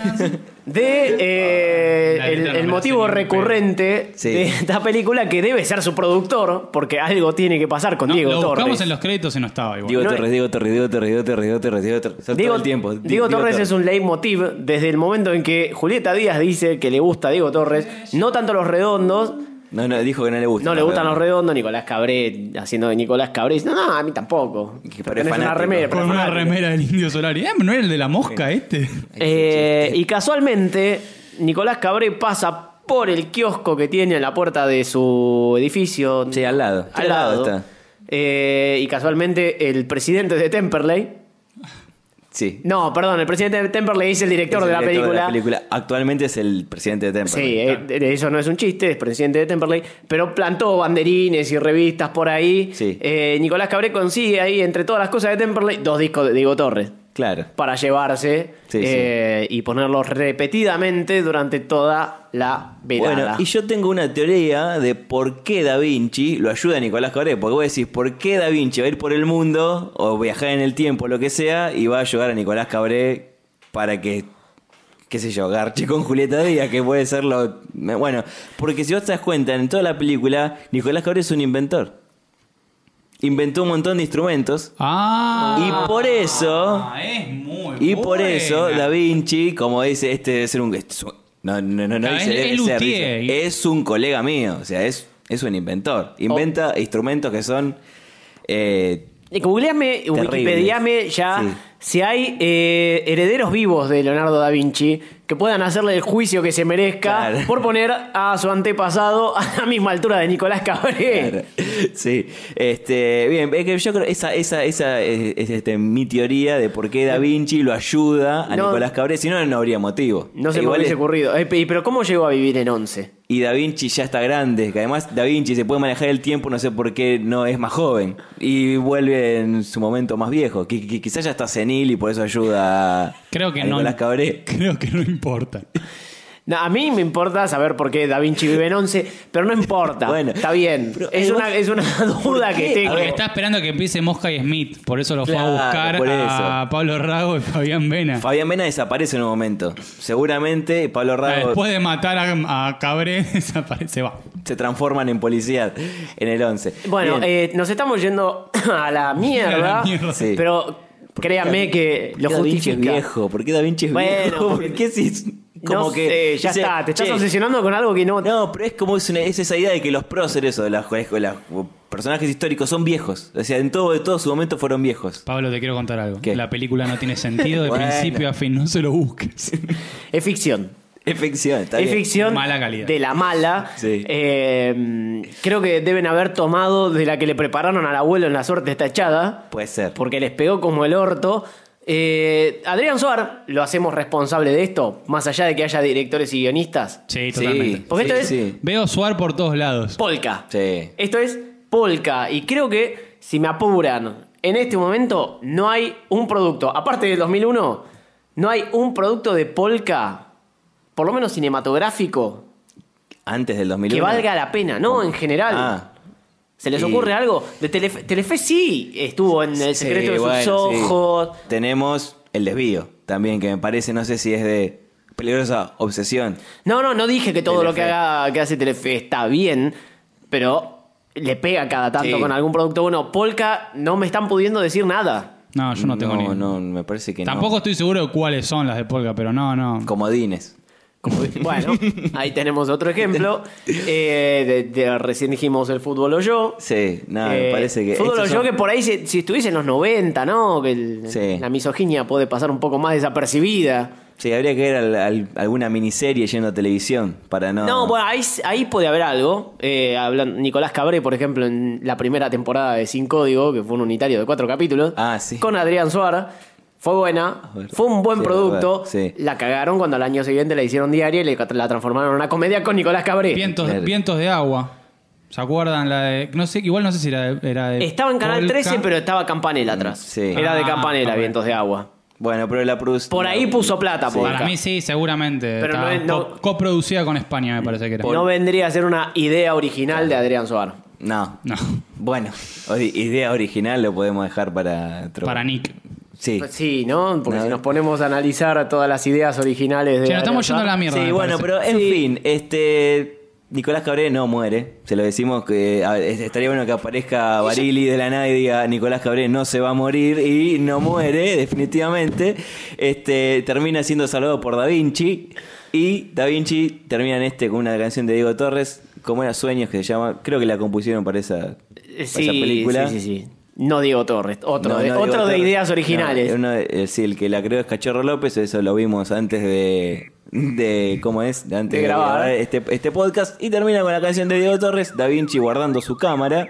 de eh, La el, letra no el me la motivo sé ni un pedo. recurrente Sí. de esta película que debe ser su productor porque algo tiene que pasar con No, Diego lo Torres. buscamos en los créditos y no estaba igual. Diego No, Torres, Diego Torres, Diego Torres, Diego Torres, Diego Torres, Diego Torres. Son Diego, todo el tiempo. Di- Diego Torres es un leitmotiv desde el momento en que Julieta Díaz dice que le gusta a Diego Torres, no tanto los redondos, No, no, dijo que no le gusta. no le gustan los redondos, Nicolás Cabré haciendo de Nicolás Cabré, dice, no, no, a mí tampoco. Que Pero parece tenés una fanático. remera, Con pero una fanático. remera del Indio Solari. Eh, no era el de la mosca este. Eh, y casualmente, Nicolás Cabré pasa por el kiosco que tiene en la puerta de su edificio. Sí, al lado. Al lado. Está. Eh, y casualmente, el presidente de Temperley. Sí. No, perdón, el presidente de Temperley es el director, Es el de, la director película. Actualmente es el presidente de Temple. Sí, eh, de- eso no es un chiste, es presidente de Temperley, pero plantó banderines y revistas por ahí. Sí. Eh, Nicolás Cabré consigue ahí, entre todas las cosas de Temperley, dos discos de Diego Torres Claro. para llevarse Sí, eh, y ponerlos repetidamente durante toda la Bueno, velada. y yo tengo una teoría de por qué Da Vinci lo ayuda a Nicolás Cabré. Porque vos decís, ¿por qué Da Vinci va a ir por el mundo o viajar en el tiempo, lo que sea, y va a ayudar a Nicolás Cabré para que, qué sé yo, garche con Julieta Díaz, que puede ser lo. Bueno, porque si vos te das cuenta, en toda la película, Nicolás Cabré es un inventor. Inventó un montón de instrumentos. Ah. Y por eso- Ah, Es muy Y por buena. eso Da Vinci, como dice, este debe ser un. este es un- no, no, no, no, Claro, dice él- debe él ser, luthier. dice, es un colega mío, o sea, es, es un inventor. Inventa Oh. instrumentos que son. eh, Googleame, Wikipediame ya Sí. si hay eh, herederos vivos de Leonardo da Vinci que puedan hacerle el juicio que se merezca Claro. por poner a su antepasado a la misma altura de Nicolás Cabré. claro. Sí, este, bien, es que yo creo esa esa esa es, es, este, mi teoría de por qué Da Vinci lo ayuda a No. Nicolás Cabré, si no no habría motivo. E No se Igual me hubiese es- ocurrido. Eh, pe- pero ¿cómo llegó a vivir en 11? y Da Vinci ya está grande, que además Da Vinci se puede manejar el tiempo, no sé por qué no es más joven. Y vuelve en su momento más viejo. Qui- qui- quizás ya está senil y por eso ayuda a, Creo que a no. Nicolás Cabré. Creo que no importa. Na- a mí me importa saber por qué Da Vinci vive en 11, pero no importa. Bueno, está bien. pero Es además- una, es una duda que qué? tengo. Porque está esperando que empiece Mosca y Smith. Por eso lo fue Claro, a buscar por a eso. Pablo Rago y Fabián Vena. Fabián Mena desaparece en un momento. Seguramente Pablo Rago Ah, Después de matar a, a Cabré, desaparece. Va. se transforman en policía en el 11. Bueno, Bien. eh, nos estamos yendo a la mierda, mierda. Sí. pero créanme que ¿Por lo qué Da Vinci es justifica. viejo? ¿Por qué Da Vinci es Bueno, viejo? porque- ¿Por qué si como No que sé, ya dice, está, te estás "Che, obsesionando con algo que no... No, pero es como es, una- es esa idea de que los próceres o de las, o las- o personajes históricos son viejos. O sea, en todo, de todo su momento fueron viejos. Pablo, te quiero contar algo. ¿Qué? La película no tiene sentido de Bueno. principio a fin. No se lo busques. Es ficción. Es ficción, está es bien. ficción Mala calidad. de la mala. Sí. Eh, creo que deben haber tomado de la que le prepararon al abuelo en la suerte estachada. Puede ser. Porque les pegó como el orto. Eh, Adrián Suar, lo hacemos responsable de esto, más allá de que haya directores y guionistas. Sí, Sí, totalmente. Porque esto sí, es- sí. Veo suar por todos lados. Polka. Sí. Esto es Polka. Y creo que, si me apuran, en este momento no hay un producto, aparte del 2001, no hay un producto de Polka, por lo menos cinematográfico, Antes del 2001. que valga la pena, ¿no? En general. Ah, ¿Se les y- ocurre algo? De Telefe, Telefe sí estuvo en El secreto sí, de sus bueno, sí. ojos. Tenemos el desvío también, que me parece, no sé si es de peligrosa obsesión. No, no, no dije que todo lo que Telefe. haga que hace Telefe está bien, pero le pega cada tanto Sí. con algún producto bueno. Polka no me están pudiendo decir nada. No, yo no tengo no, ni. no, me parece que Tampoco no. estoy seguro de cuáles son las de Polka, pero no, no. Comodines. Como- bueno, ahí tenemos otro ejemplo. Eh, de- de- recién dijimos el fútbol o yo. Sí, no, Eh, me parece que. Fútbol o estos yo son- que por ahí, si, si estuviese en los 90, ¿no? Que el- Sí. la misoginia puede pasar un poco más desapercibida. Sí, habría que ver al- al- alguna miniserie yendo a televisión para no. No, bueno, ahí, ahí puede haber algo. Eh, hablan- Nicolás Cabré, por ejemplo, en la primera temporada de Sin Código, que fue un unitario de cuatro capítulos, Ah, sí. con Adrián Suar. Fue buena, Ah, verdad. fue un buen Sí, producto. verdad, sí. La cagaron cuando al año siguiente la hicieron diaria y le- la transformaron en una comedia con Nicolás Eh, Cabré. Vientos, Claro. vientos de agua. ¿Se acuerdan? La de. No sé, igual no sé si era de. era de Estaba en Canal Polka. 13, pero estaba Campanela atrás. sí. Era de Ah, Campanela, Campanela. Vientos de Agua. Bueno, pero la producción. Por ahí puso plata, Polka. Para mí sí, seguramente. Pero no Estaba es- no- co- coproducida con España, me parece que era. No vendría a ser una idea original de Adrián Suar. No. No. Bueno, o- idea original lo podemos dejar para otro. Para Nick. Sí. Pues Sí, ¿no? Porque No. si nos ponemos a analizar todas las ideas originales de. Che, Adrián nos estamos yendo a la Suar- mierda. Sí, me bueno, parece. pero en fin, este. Nicolás Cabré no muere. Se lo decimos que a- es- estaría bueno que aparezca Barili de la nada y diga Nicolás Cabré no se va a morir y no muere, definitivamente. Este termina siendo salvado por Da Vinci. Y Da Vinci termina en este con una canción de Diego Torres, como era Sueños, que se llama. Creo que la compusieron para esa, para Eh, esa Sí, película. sí, sí, sí. No Diego Torres, otro, No, de, no, otro digo, de claro, ideas no, originales. uno de- eh, sí, el que la creó es Cachorro López, eso lo vimos antes de. de ¿Cómo es? De antes De grabar. este, este podcast. Y termina con la canción de Diego Torres, Da Vinci guardando su cámara.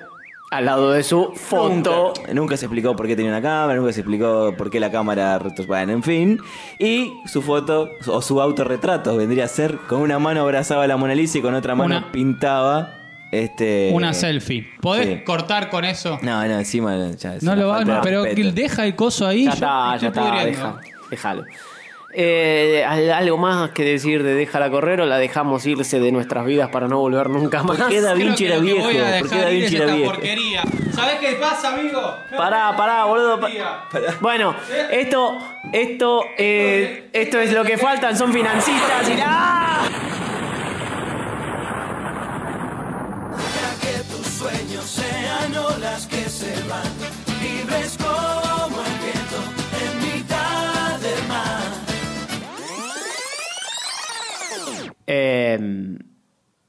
Al lado de su fondo. Nunca se explicó por qué tenía una cámara, nunca se explicó por qué la cámara. retro- Bueno, en fin. Y su foto, o su autorretrato, vendría a ser con una mano abrazaba a la Mona Lisa y con otra mano Una- pintaba. Este, Una selfie. ¿Podés sí. cortar con eso? No, no, encima. ya es No una lo falta van, de pero respeto. deja el coso ahí. Ya yo está, ya estoy está, pudriendo. deja- déjalo. Eh, ¿al- ¿Algo más que decir de déjala correr o la dejamos irse de nuestras vidas para no volver nunca más? qué Da Creo Vinci que era lo que viejo? voy a ¿Por qué dejar Da ir Vinci es era esta viejo? porquería. ¿Sabés qué pasa, amigo? Pará, pará, boludo. pa- Bueno, esto, esto, eh, esto es lo que faltan, son financistas y ¡Ah! Eh,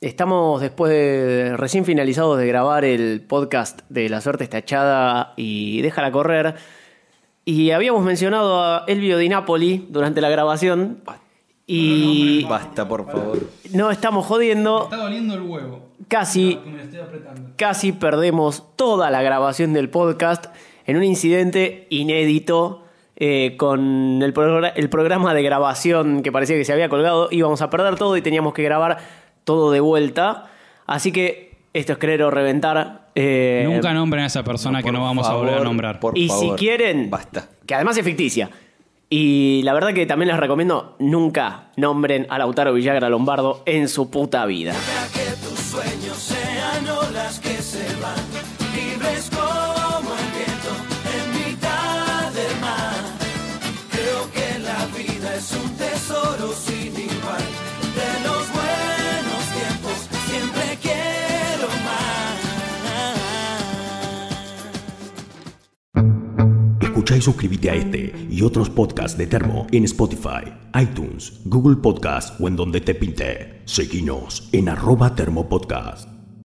estamos después de recién finalizados de grabar el podcast de La suerte estachada y Déjala correr. Y habíamos mencionado a Elvio Di Napoli durante la grabación. Y Basta, por favor. no estamos jodiendo, Está doliendo el huevo. casi, Me lo estoy apretando. casi perdemos toda la grabación del podcast en un incidente inédito eh, con el, progra- el programa de grabación que parecía que se había colgado. Íbamos a perder todo y teníamos que grabar todo de vuelta. Así que esto es creer o reventar. eh, Nunca nombren a esa persona que no vamos a volver a favor, nombrar. por y favor, si quieren, Basta. que además es ficticia. Y la verdad que también les recomiendo nunca nombren a Lautaro Villagra Lombardo en su puta vida. Escucha y suscríbete a este y otros podcasts de Termo en Spotify, iTunes, Google Podcast o en donde te pinte. Seguinos en arroba termopodcast.